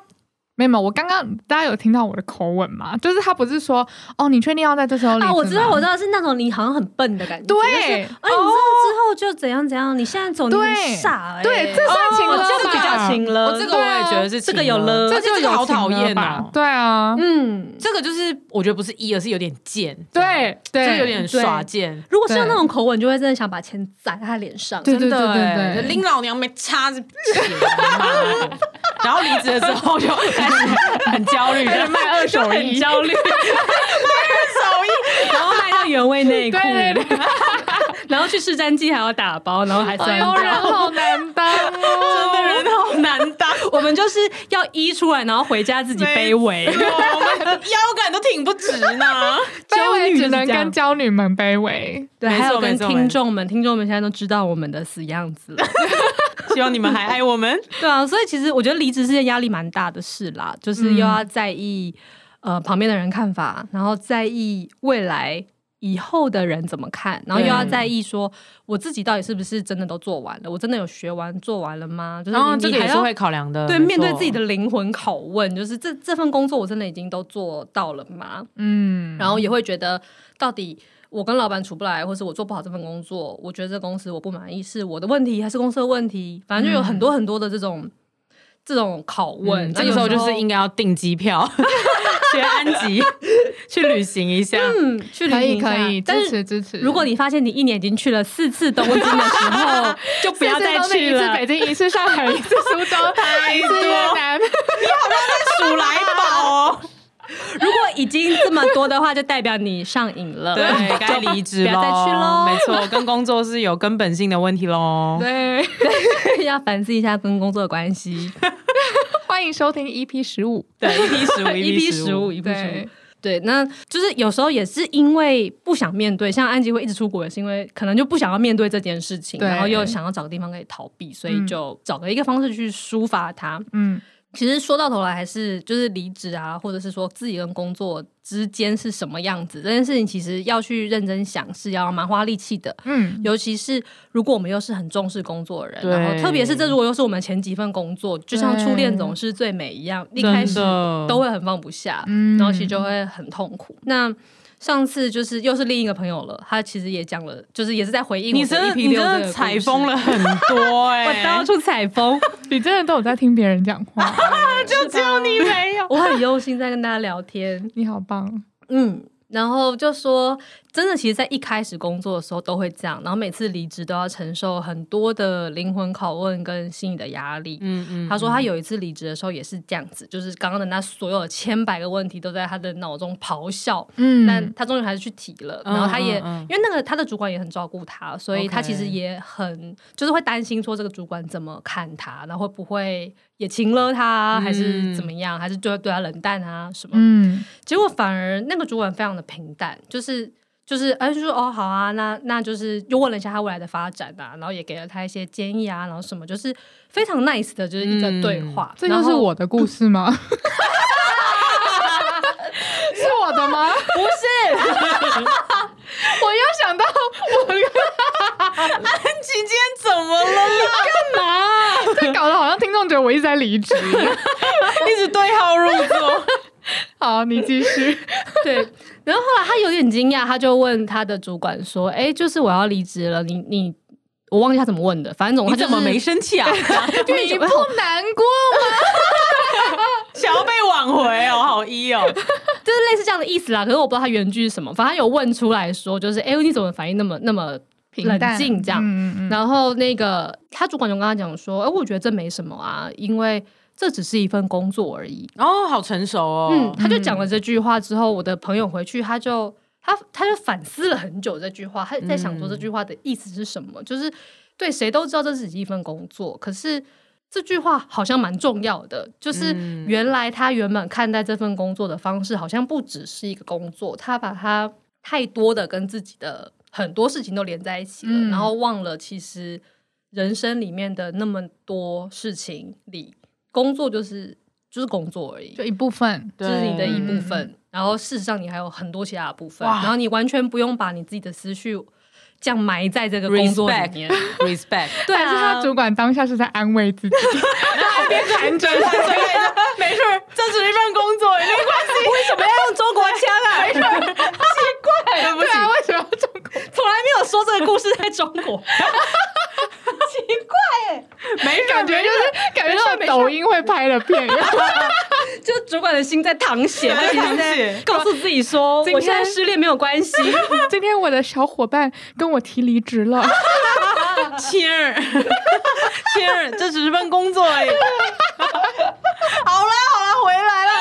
Speaker 3: 没有，没有我刚刚大家有听到我的口吻吗？就是他不是说哦，你确定要在这时候离职吗、
Speaker 4: 啊，我知道，我知道是那种你好像很笨的感觉，就是
Speaker 3: 对、
Speaker 4: 啊，
Speaker 2: 哦
Speaker 4: 你这之后就怎样怎样，你现在走你
Speaker 3: 对
Speaker 4: 很傻哎，
Speaker 3: 对，这算情了吧？
Speaker 2: 哦这个比较情了，我这个我也觉得是
Speaker 4: 这个有了
Speaker 2: 这
Speaker 3: 就
Speaker 2: 这
Speaker 3: 有
Speaker 2: 个好讨
Speaker 3: 情了
Speaker 2: 厌
Speaker 3: 吧
Speaker 2: 哦。
Speaker 3: 对啊，
Speaker 4: 嗯，
Speaker 2: 这个就是我觉得不是一，而是有点贱，这样，
Speaker 3: 对对，
Speaker 2: 啊这有点耍贱，
Speaker 4: 如果是用
Speaker 3: 对
Speaker 4: 那种口吻，就会真的想把钱砸在他脸上，
Speaker 3: 对
Speaker 2: 真
Speaker 3: 对
Speaker 2: 的
Speaker 3: 对对
Speaker 2: 欸
Speaker 3: 对
Speaker 2: 就拎老娘没叉子，啊妈的然后离职的时候就开始很焦虑，
Speaker 3: 开始卖二手衣
Speaker 2: 就很焦 虑，卖二手衣。
Speaker 4: 然后卖到原味内裤，
Speaker 3: 对对对，
Speaker 4: 然后去市占记还要打包，然后还
Speaker 3: 哎
Speaker 4: 算
Speaker 3: 呦，人
Speaker 4: 账。
Speaker 3: 好难当
Speaker 4: 真
Speaker 3: 哦，
Speaker 4: 的人好难当，我们就是要一出来，然后回家自己卑 微。
Speaker 2: 我们腰杆都挺不直呢。
Speaker 3: 卑
Speaker 4: 娇女
Speaker 3: 微
Speaker 4: 就是
Speaker 3: 只能
Speaker 4: 这样
Speaker 3: 跟娇女们卑微。
Speaker 4: 对，
Speaker 2: 没错
Speaker 4: 还有
Speaker 2: 没
Speaker 4: 跟
Speaker 2: 错
Speaker 4: 听众们，听众们现在都知道我们的死样子了。
Speaker 2: 希望你们还爱我 们。
Speaker 4: 对啊，所以其实我觉得离职是件压力蛮大的事啦，就是
Speaker 2: 嗯
Speaker 4: 又要在意、呃旁边的人看法，然后在意未来以后的人怎么看，然后又要在意说我自己到底是不是真的都做完了，我真的有学完做完了吗？就是
Speaker 2: 然后
Speaker 4: 你
Speaker 2: 哦这个也
Speaker 4: 你还
Speaker 2: 是
Speaker 4: 要
Speaker 2: 会考量的，
Speaker 4: 嗯对
Speaker 2: 没
Speaker 4: 面对
Speaker 2: 错
Speaker 4: 自己的灵魂拷问，就是这这份工作我真的已经都做到了吗？
Speaker 3: 嗯，
Speaker 4: 然后也会觉得到底。我跟老板处不来，或是我做不好这份工作，我觉得这公司我不满意，是我的问题还是公司的问题？反正就有很多很多的这种、这种拷问。
Speaker 2: 嗯
Speaker 4: 那
Speaker 2: 这个
Speaker 4: 有
Speaker 2: 时候就
Speaker 4: 时
Speaker 2: 是应该要订机 票，学安吉去旅行一下。
Speaker 4: 嗯去旅
Speaker 3: 可以
Speaker 4: 行一下
Speaker 3: 可以，
Speaker 4: 但
Speaker 3: 支
Speaker 4: 是
Speaker 3: 持支持。
Speaker 4: 如果你发现你一年已经去了四次东京的时候， 就不要再去
Speaker 3: 一次
Speaker 4: 了
Speaker 3: 北。京，一次上海，一次苏 州，一次越 南。
Speaker 2: 鼠来宝 哦，
Speaker 4: 如果已经这么多的话，就代表你上瘾了。
Speaker 2: 对，该离 职喽，
Speaker 4: 不要再去喽
Speaker 2: 没错，跟工作是有根本性的问题喽。
Speaker 3: 对，
Speaker 4: 要反思一下跟工作的关系。
Speaker 3: 欢迎收听 EP 十五。
Speaker 2: 对， 一批十五，
Speaker 4: 一
Speaker 2: 批
Speaker 4: 批十五，
Speaker 2: 五，
Speaker 4: 一批十
Speaker 3: 对
Speaker 4: 五。，对，那就是有时候也是因为不想面对，像安吉会一直出国，也是因为可能就不想要面对这件事情，
Speaker 3: 对
Speaker 4: 然后又想要找个地方可以逃避，所以
Speaker 3: 嗯
Speaker 4: 就找了一个方式去抒发它。
Speaker 3: 嗯，
Speaker 4: 其实说到头来，还是就是离职啊，或者是说自己跟工作之间是什么样子，这件事情其实要去认真想，是要蛮花力气的。
Speaker 3: 嗯，
Speaker 4: 尤其是如果我们又是很重视工作的人，
Speaker 2: 对
Speaker 4: 然后特别是这如果又是我们前几份工作，就像初恋总是最美一样，一开始
Speaker 2: 真的
Speaker 4: 都会很放不下，
Speaker 3: 嗯
Speaker 4: 然后其实就会很痛苦。那上次就是又是另一个朋友了，他其实也讲了，就是也是在回应我
Speaker 2: 你
Speaker 4: 们
Speaker 2: 真的
Speaker 4: EP
Speaker 2: 你真
Speaker 4: 六这个
Speaker 2: 的
Speaker 4: 故
Speaker 2: 采
Speaker 4: 事
Speaker 2: 风了，很多
Speaker 4: 我
Speaker 2: 哎
Speaker 4: 到，处采 风，
Speaker 3: 你真的都有在听别人讲话，
Speaker 2: 就只有你没有。
Speaker 4: 我很用心在跟大家聊天，
Speaker 3: 你好棒。
Speaker 4: 嗯。然后就说，真的，其实，在一开始工作的时候都会这样，然后每次离职都要承受很多的灵魂拷问跟心理的压力。
Speaker 2: 嗯嗯
Speaker 4: 他说他有一次离职的时候也是这样子，就是刚刚的那所有千百个问题都在他的脑中咆哮，
Speaker 3: 嗯
Speaker 4: 但他终于还是去提了。
Speaker 2: 嗯
Speaker 4: 然后他也、
Speaker 2: 嗯嗯
Speaker 4: 因为那个他的主管也很照顾他，所以
Speaker 2: OK
Speaker 4: 他其实也很就是会担心说这个主管怎么看他，然后会不会也情了他，
Speaker 2: 嗯
Speaker 4: 还是怎么样，还是对对他冷淡啊什么。
Speaker 3: 嗯
Speaker 4: 结果反而那个主管非常的平淡，就是就是，哎、就说哦好啊，那那就是又问了一下他未来的发展啊，然后也给了他一些建议啊，然后什么，就是非常 nice 的，就是一个对话。
Speaker 3: 这就
Speaker 4: 然
Speaker 3: 是
Speaker 4: 后
Speaker 3: 我的故事 吗？是我的 吗？不是，我又想到
Speaker 2: 期间怎么了？
Speaker 3: 这搞得好像听众觉得我一直在离职。
Speaker 2: 一直对号入座。
Speaker 3: 好，你继续。
Speaker 4: 对，然后后来他有点惊讶，他就问他的主管说：“哎、就是我要离职了，你你，我忘记他怎么问的，反正总
Speaker 2: 你
Speaker 4: 之他
Speaker 2: 怎
Speaker 4: 就是
Speaker 2: 么没生气啊？
Speaker 3: 你不难过，
Speaker 2: 想要被挽回哦，好一哦，
Speaker 4: 就是类似这样的意思啦。可是我不知道他原句是什么，反正他有问出来说，就是哎、你怎么反应那么那么冷静这样？
Speaker 3: 嗯嗯嗯，
Speaker 4: 然后那个他主管就跟他讲说：“哎、我觉得这没什么啊，因为这只是一份工作而已。”
Speaker 2: 哦，好成熟
Speaker 4: 嗯，
Speaker 2: 哦，
Speaker 4: 他就讲了这句话之后，我的朋友回去他就他他就反思了很久这句话，他在想说这句话的意思是什么，就是对谁都知道这只是一份工作，可是。这句话好像蛮重要的，就是
Speaker 2: 嗯
Speaker 4: 原来他原本看待这份工作的方式，好像不只是一个工作，他把它太多的跟自己的很多事情都连在一起了，
Speaker 3: 嗯
Speaker 4: 然后忘了其实人生里面的那么多事情里，工作就是就是工作而已，
Speaker 3: 就一部分。
Speaker 4: 这是你的一
Speaker 2: 对
Speaker 4: 部分。然后事实上，你还有很多其他的部分，
Speaker 2: 哇
Speaker 4: 然后你完全不用把你自己的思绪这样埋在这个工作里面。
Speaker 2: respect。
Speaker 4: 对
Speaker 3: 但是他
Speaker 4: 啊，
Speaker 3: 主管当下是在安慰自己，
Speaker 2: 边喊着他嘴里说没事儿，这只是一份工作，也没关系。 为什么要用中国腔啊？没事儿，奇怪，对不
Speaker 3: 对
Speaker 2: 起，
Speaker 3: 啊，为什么要这么
Speaker 4: 从来没有说这个故事在中国。
Speaker 2: 没事儿，
Speaker 3: 感觉就是感觉像抖音会拍的片一样？
Speaker 4: 就是主管的心在淌血，他其实在告诉自己说，
Speaker 3: 今天
Speaker 4: 我现在失恋没有关系。
Speaker 3: 今天我的小伙伴跟我提离职了，
Speaker 2: 亲儿， 亲儿，这只是份工作 而已。好啦好啦，回来了。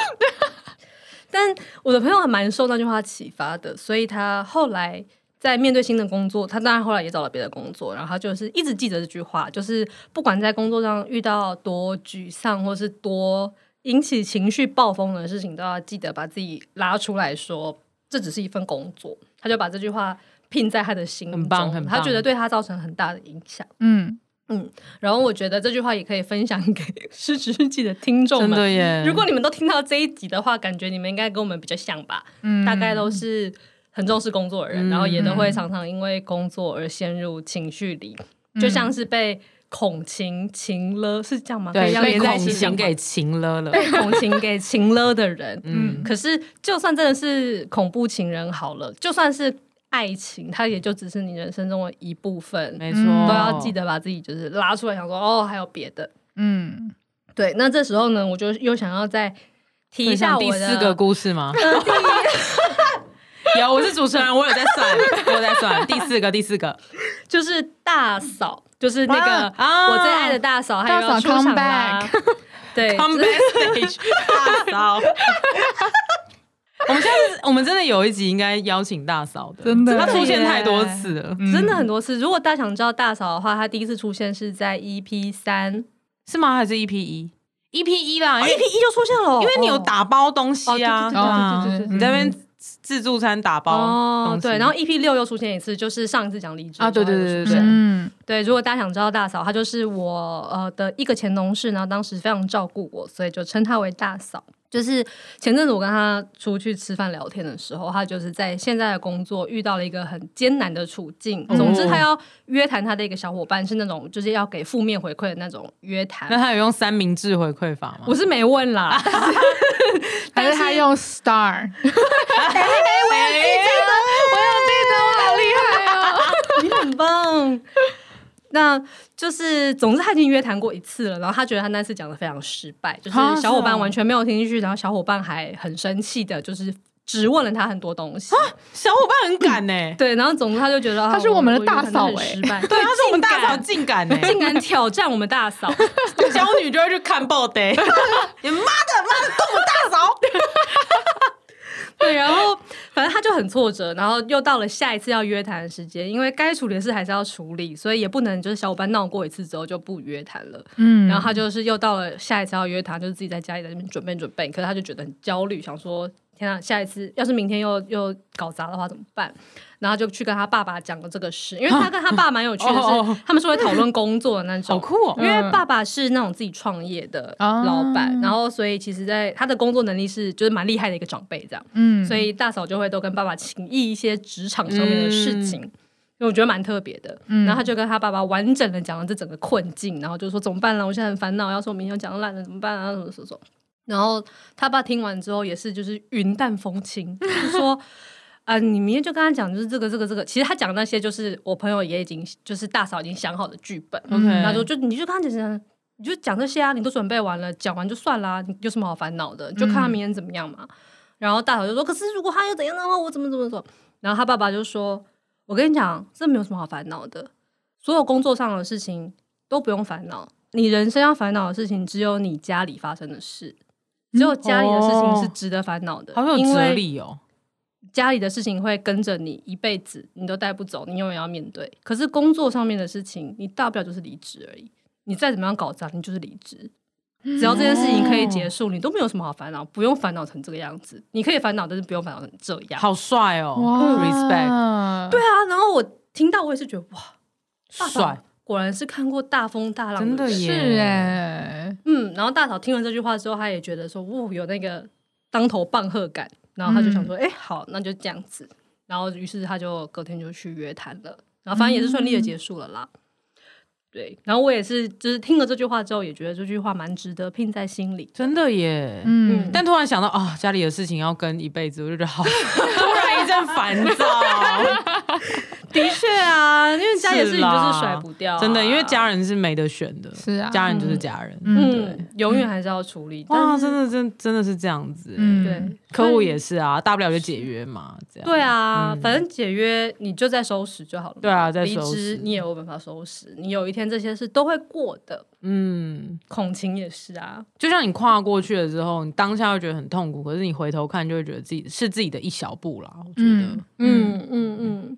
Speaker 4: 但我的朋友还蛮受那句话启发的，所以他后来在面对新的工作，他当然后来也找了别的工作，然后他就是一直记得这句话，就是不管在工作上遇到多沮丧或是多引起情绪暴风的事情，都要记得把自己拉出来说，这只是一份工作。他就把这句话拼在他的心中，
Speaker 2: 很棒很棒
Speaker 4: 他觉得对他造成很大的影响。
Speaker 3: 嗯，
Speaker 4: 然后我觉得这句话也可以分享给失职日记的听众
Speaker 2: 真
Speaker 4: 们。
Speaker 2: 的耶，
Speaker 4: 如果你们都听到这一集的话，感觉你们应该跟我们比较像吧？
Speaker 3: 嗯
Speaker 4: 大概都是很重视工作的人，
Speaker 2: 嗯
Speaker 4: 然后也都会常常因为工作而陷入情绪里，
Speaker 3: 嗯
Speaker 4: 就像是被恐情情了，是这样吗？可
Speaker 2: 对
Speaker 4: 以这样
Speaker 2: 被
Speaker 4: 连
Speaker 2: 孔
Speaker 4: 在一起讲
Speaker 2: 情
Speaker 4: 吗
Speaker 2: 给情了了，
Speaker 4: 被恐情给情了的人。
Speaker 2: 嗯，
Speaker 4: 可是，就算真的是恐怖情人好了，就算是爱情，它也就只是你人生中的一部分。
Speaker 2: 没错，
Speaker 3: 嗯
Speaker 4: 都要记。得把自己就是拉出来，想说哦，还有别的。
Speaker 3: 嗯，
Speaker 4: 对，那这时候呢，我就又想要再提一下我
Speaker 2: 第
Speaker 4: 的呃
Speaker 2: 四个故事吗？有，我是主持人，我有在算，我有在算第四个，第四个，
Speaker 4: 就是大嫂，就是那个、
Speaker 2: 啊啊
Speaker 4: 我最爱的大嫂，还有
Speaker 3: 大嫂
Speaker 4: 出场
Speaker 3: come
Speaker 4: 啦。 对
Speaker 2: Come
Speaker 4: 就是
Speaker 2: back stage，大嫂。 我们现在是我们真的有一集应该邀请大嫂的，
Speaker 3: 真的
Speaker 2: 她出现太多次了，
Speaker 3: 嗯
Speaker 4: 真的很多次。如果大家想知道大嫂的话，她第一次出现是在 EP 三
Speaker 2: 是吗？还是 EP 一？EP 一啦，因为
Speaker 4: 啊，E 一就出现了
Speaker 2: 因为你有打包东西啊，
Speaker 4: 哦
Speaker 2: 对啊
Speaker 3: 对对对对对对嗯
Speaker 2: 你在那边自助餐打包
Speaker 4: 哦
Speaker 2: 东，西，
Speaker 4: 对，然后 EP 六又出现一次，就是上一次讲离职
Speaker 2: 啊对对
Speaker 4: 的时候
Speaker 2: 对
Speaker 4: 又出现
Speaker 2: 对
Speaker 3: 嗯
Speaker 4: 对，如果大家想知道大嫂，她就是我呃的一个前同事，然后当时非常照顾我，所以就称她为大嫂。就是前阵子我跟她出去吃饭聊天的时候，她就是在现在的工作遇到了一个很艰难的处境。
Speaker 2: 哦
Speaker 4: 总之，她要约谈她的一个小伙伴，是那种就是要给负面回馈的那种约
Speaker 2: 那
Speaker 4: 谈。
Speaker 2: 他有用三明治回馈法吗？
Speaker 4: 我是没问啦，
Speaker 3: 还是他用 star，
Speaker 2: 哎
Speaker 4: 你很棒。那就是，总之他已经约谈过一次了，然后他觉得他那次讲的非常失败，就是
Speaker 2: 啊
Speaker 4: 小伙
Speaker 2: 是
Speaker 4: 伴
Speaker 2: 哦
Speaker 4: 完全没有听进去，然后小伙伴还很生气的，就是质问了他很多东
Speaker 2: 啊
Speaker 4: 西。
Speaker 2: 小伙伴很敢呢、
Speaker 4: 对，然后总之他就觉得啊
Speaker 3: 他是我们的
Speaker 4: 约谈
Speaker 3: 大嫂
Speaker 4: 得很
Speaker 3: 欸
Speaker 4: 失败，
Speaker 2: 对，他是我们大嫂
Speaker 4: 竟
Speaker 2: 竟敢呢、
Speaker 4: 敢竟敢挑战我们大嫂，
Speaker 2: 小女就会去看报的、你妈的妈的，动我大嫂！
Speaker 4: 对，然后反正他就很挫折，然后又到了下一次要约谈的时间，因为该处理的事还是要处理，所以也不能就是小伙伴闹过一次之后就不约谈了。
Speaker 3: 嗯
Speaker 4: 然后他就是又到了下一次要约他，就是自己在家里在那边准备准备，可是他就觉得很焦虑，想说天啊，下一次要是明天又又搞砸的话怎么办？然后就去跟他爸爸讲了这个事，因为他跟他爸蛮有趣的
Speaker 2: 哦哦
Speaker 4: 是
Speaker 2: 哦，
Speaker 4: 他们是会讨论工作的那
Speaker 2: 好
Speaker 4: 种。
Speaker 2: 酷哦、
Speaker 4: 因为爸爸是那种自己创业的
Speaker 3: 嗯
Speaker 4: 老板，
Speaker 3: 哦
Speaker 4: 然后所以其实在他的工作能力是就是蛮厉害的一个长辈这样，
Speaker 3: 嗯
Speaker 4: 所以大嫂就会都跟爸爸请益一些职场上面的事情，因为我觉得蛮特别的。
Speaker 3: 嗯
Speaker 4: 然后他就跟他爸爸完整的讲了这整个困境，然后就说怎么办啦、我现在很烦恼，要是我明天又讲烂了怎么办啊？什么什么什么。然后他爸听完之后也是就是云淡风 轻，就说。啊、你明天就跟他讲，就是这个这个这个。其实他讲那些，就是我朋友也已经，就是大嫂已经想好的剧本，
Speaker 3: 嗯
Speaker 2: OK，
Speaker 4: 然后就就你就跟他讲讲，你就讲这些啊，你都准备完了，讲完就算啦，你有什么好烦恼的？你就看他明天怎么样嘛。
Speaker 2: 嗯
Speaker 4: 然后大嫂就说：“可是如果他又怎样的话，我怎么怎么怎么？”然后他爸爸就说：“我跟你讲，这没有什么好烦恼的，所有工作上的事情都不用烦恼，你人生要烦恼的事情只有你家里发生的事，只有家里的事情是值得烦恼的，
Speaker 2: 哦好有
Speaker 4: 因
Speaker 2: 哲
Speaker 4: 为
Speaker 2: 理哦。
Speaker 4: 家里的事情会跟着你一辈子，你都带不走，你永远要面对。可是工作上面的事情，你大不了就是离职而已。你再怎么样搞砸，你就是离职。只要这件事情可以结束，你都没有什么好烦恼，不用烦恼成这个样子。你可以烦恼，但是不用烦恼成这样。
Speaker 2: 好帅哦，respect，
Speaker 3: 对
Speaker 4: 啊，
Speaker 3: 啊，
Speaker 4: 然后我听到我也是觉得哇，大嫂
Speaker 2: 帅，
Speaker 4: 果然是看过大风大浪
Speaker 2: 真的
Speaker 4: 人
Speaker 2: 耶，
Speaker 3: 是哎，
Speaker 4: 嗯，然后大嫂听完这句话之后，她也觉得说，哇，有那个当头棒喝感，然后她就想说，哎、好，那就这样子。然后于是她就隔天就去约谈了，然后反正也是顺利的结束了啦。对，然后我也是，就是听了这句话之后，也觉得这句话蛮值得拼在心里。
Speaker 2: 真的耶。
Speaker 3: 嗯，
Speaker 2: 但突然想到啊、家里的事情要跟一辈子，我就觉得好， 突然一阵烦躁。
Speaker 4: 的确啊，因为家里的事情就是甩不掉啊、
Speaker 2: 真的，因为家人是没得选的，
Speaker 3: 是啊
Speaker 2: 家人就是家人。
Speaker 3: 嗯
Speaker 4: 嗯，永远还是要处理。
Speaker 2: 哇，
Speaker 4: 但是
Speaker 2: 真的真真的是这样子、欸
Speaker 3: 嗯
Speaker 4: 对，
Speaker 2: 客户也是啊，大不了就解约嘛，这样。
Speaker 4: 对啊，反正解约你就在收拾就好了嘛。
Speaker 2: 嗯对啊再
Speaker 4: 离
Speaker 2: 收拾
Speaker 4: 职你也有办法收拾，你有一天这些事都会过的。
Speaker 2: 嗯，
Speaker 4: 孔晴也是啊，
Speaker 2: 就像你跨过去了之后，你当下会觉得很痛苦，可是你回头看就会觉得自己是自己的一小步啦。我觉得，
Speaker 3: 嗯
Speaker 4: 嗯嗯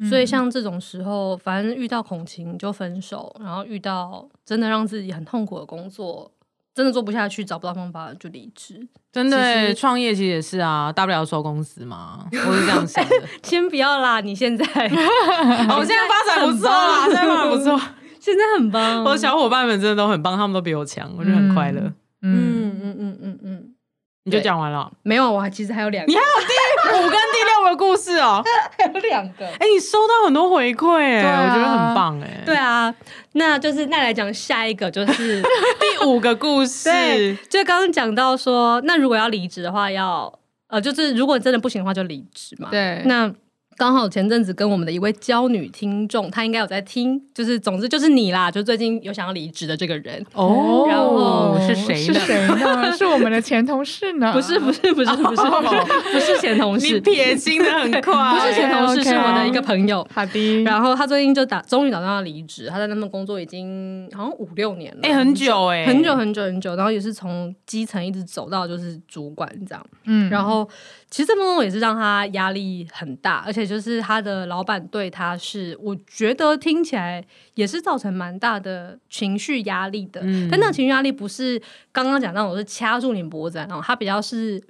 Speaker 4: 嗯，所以像这种时候，反正遇到孔晴就分手，然后遇到真的让自己很痛苦的工作，真的做不下去，找不到方法就离职。
Speaker 2: 真的
Speaker 4: 其
Speaker 2: 耶
Speaker 4: 实
Speaker 2: 创业其实也是啊，大不了收公司嘛，我是这样想的。
Speaker 4: 先不要啦，你 现 在
Speaker 2: 哦，我现在发展不错 啦，现在发展不错。
Speaker 4: 现在很棒，
Speaker 2: 我的小伙伴们真的都很棒，他们都比我强，我觉得很快乐。
Speaker 3: 嗯，
Speaker 4: 嗯嗯嗯嗯嗯，
Speaker 2: 你就讲完了，
Speaker 4: 没有，我还其实还有两个
Speaker 2: 你，还有第五跟第六的故事哦。
Speaker 4: 还有两个。
Speaker 2: 哎、你收到很多回馈哎、
Speaker 3: 对啊
Speaker 2: 我觉得很棒哎、
Speaker 4: 对，啊，那就是那来讲下一个，就是
Speaker 2: 第五个故
Speaker 4: 对
Speaker 2: 事，
Speaker 4: 就刚刚讲到说，那如果要离职的话要，呃，就是如果真的不行的话，就离职嘛。
Speaker 3: 对
Speaker 4: 那刚好前阵子跟我们的一位娇女听众，她应该有在听，就是总之就是你啦，就最近有想要离职的这个人，
Speaker 2: 哦
Speaker 4: 然后
Speaker 2: 是谁
Speaker 3: 是
Speaker 2: 呢？
Speaker 3: 谁呢？是我们的前同事呢？
Speaker 4: 不是不是不是不是不是不是前同
Speaker 2: 你
Speaker 4: 事，
Speaker 2: 撇清的 很快，
Speaker 4: 不是前同事，
Speaker 3: OK，OK
Speaker 4: 是我的一个朋友。
Speaker 3: 好的，
Speaker 4: 然后她最近就打，终于打算要离职。她在那份工作已经好像五六年了，
Speaker 2: 哎、很久哎、
Speaker 4: 很久很久很久，然后也是从基层一直走到就是主管这样。
Speaker 3: 嗯
Speaker 4: 然后其实这份工作也是让他压力很大，而且就是他的老板对他是，我觉得听起来也是造成蛮大的情绪压力的。
Speaker 2: 嗯
Speaker 4: 但那种情绪压力不是刚刚讲那种是掐住你脖子的那种，他比较是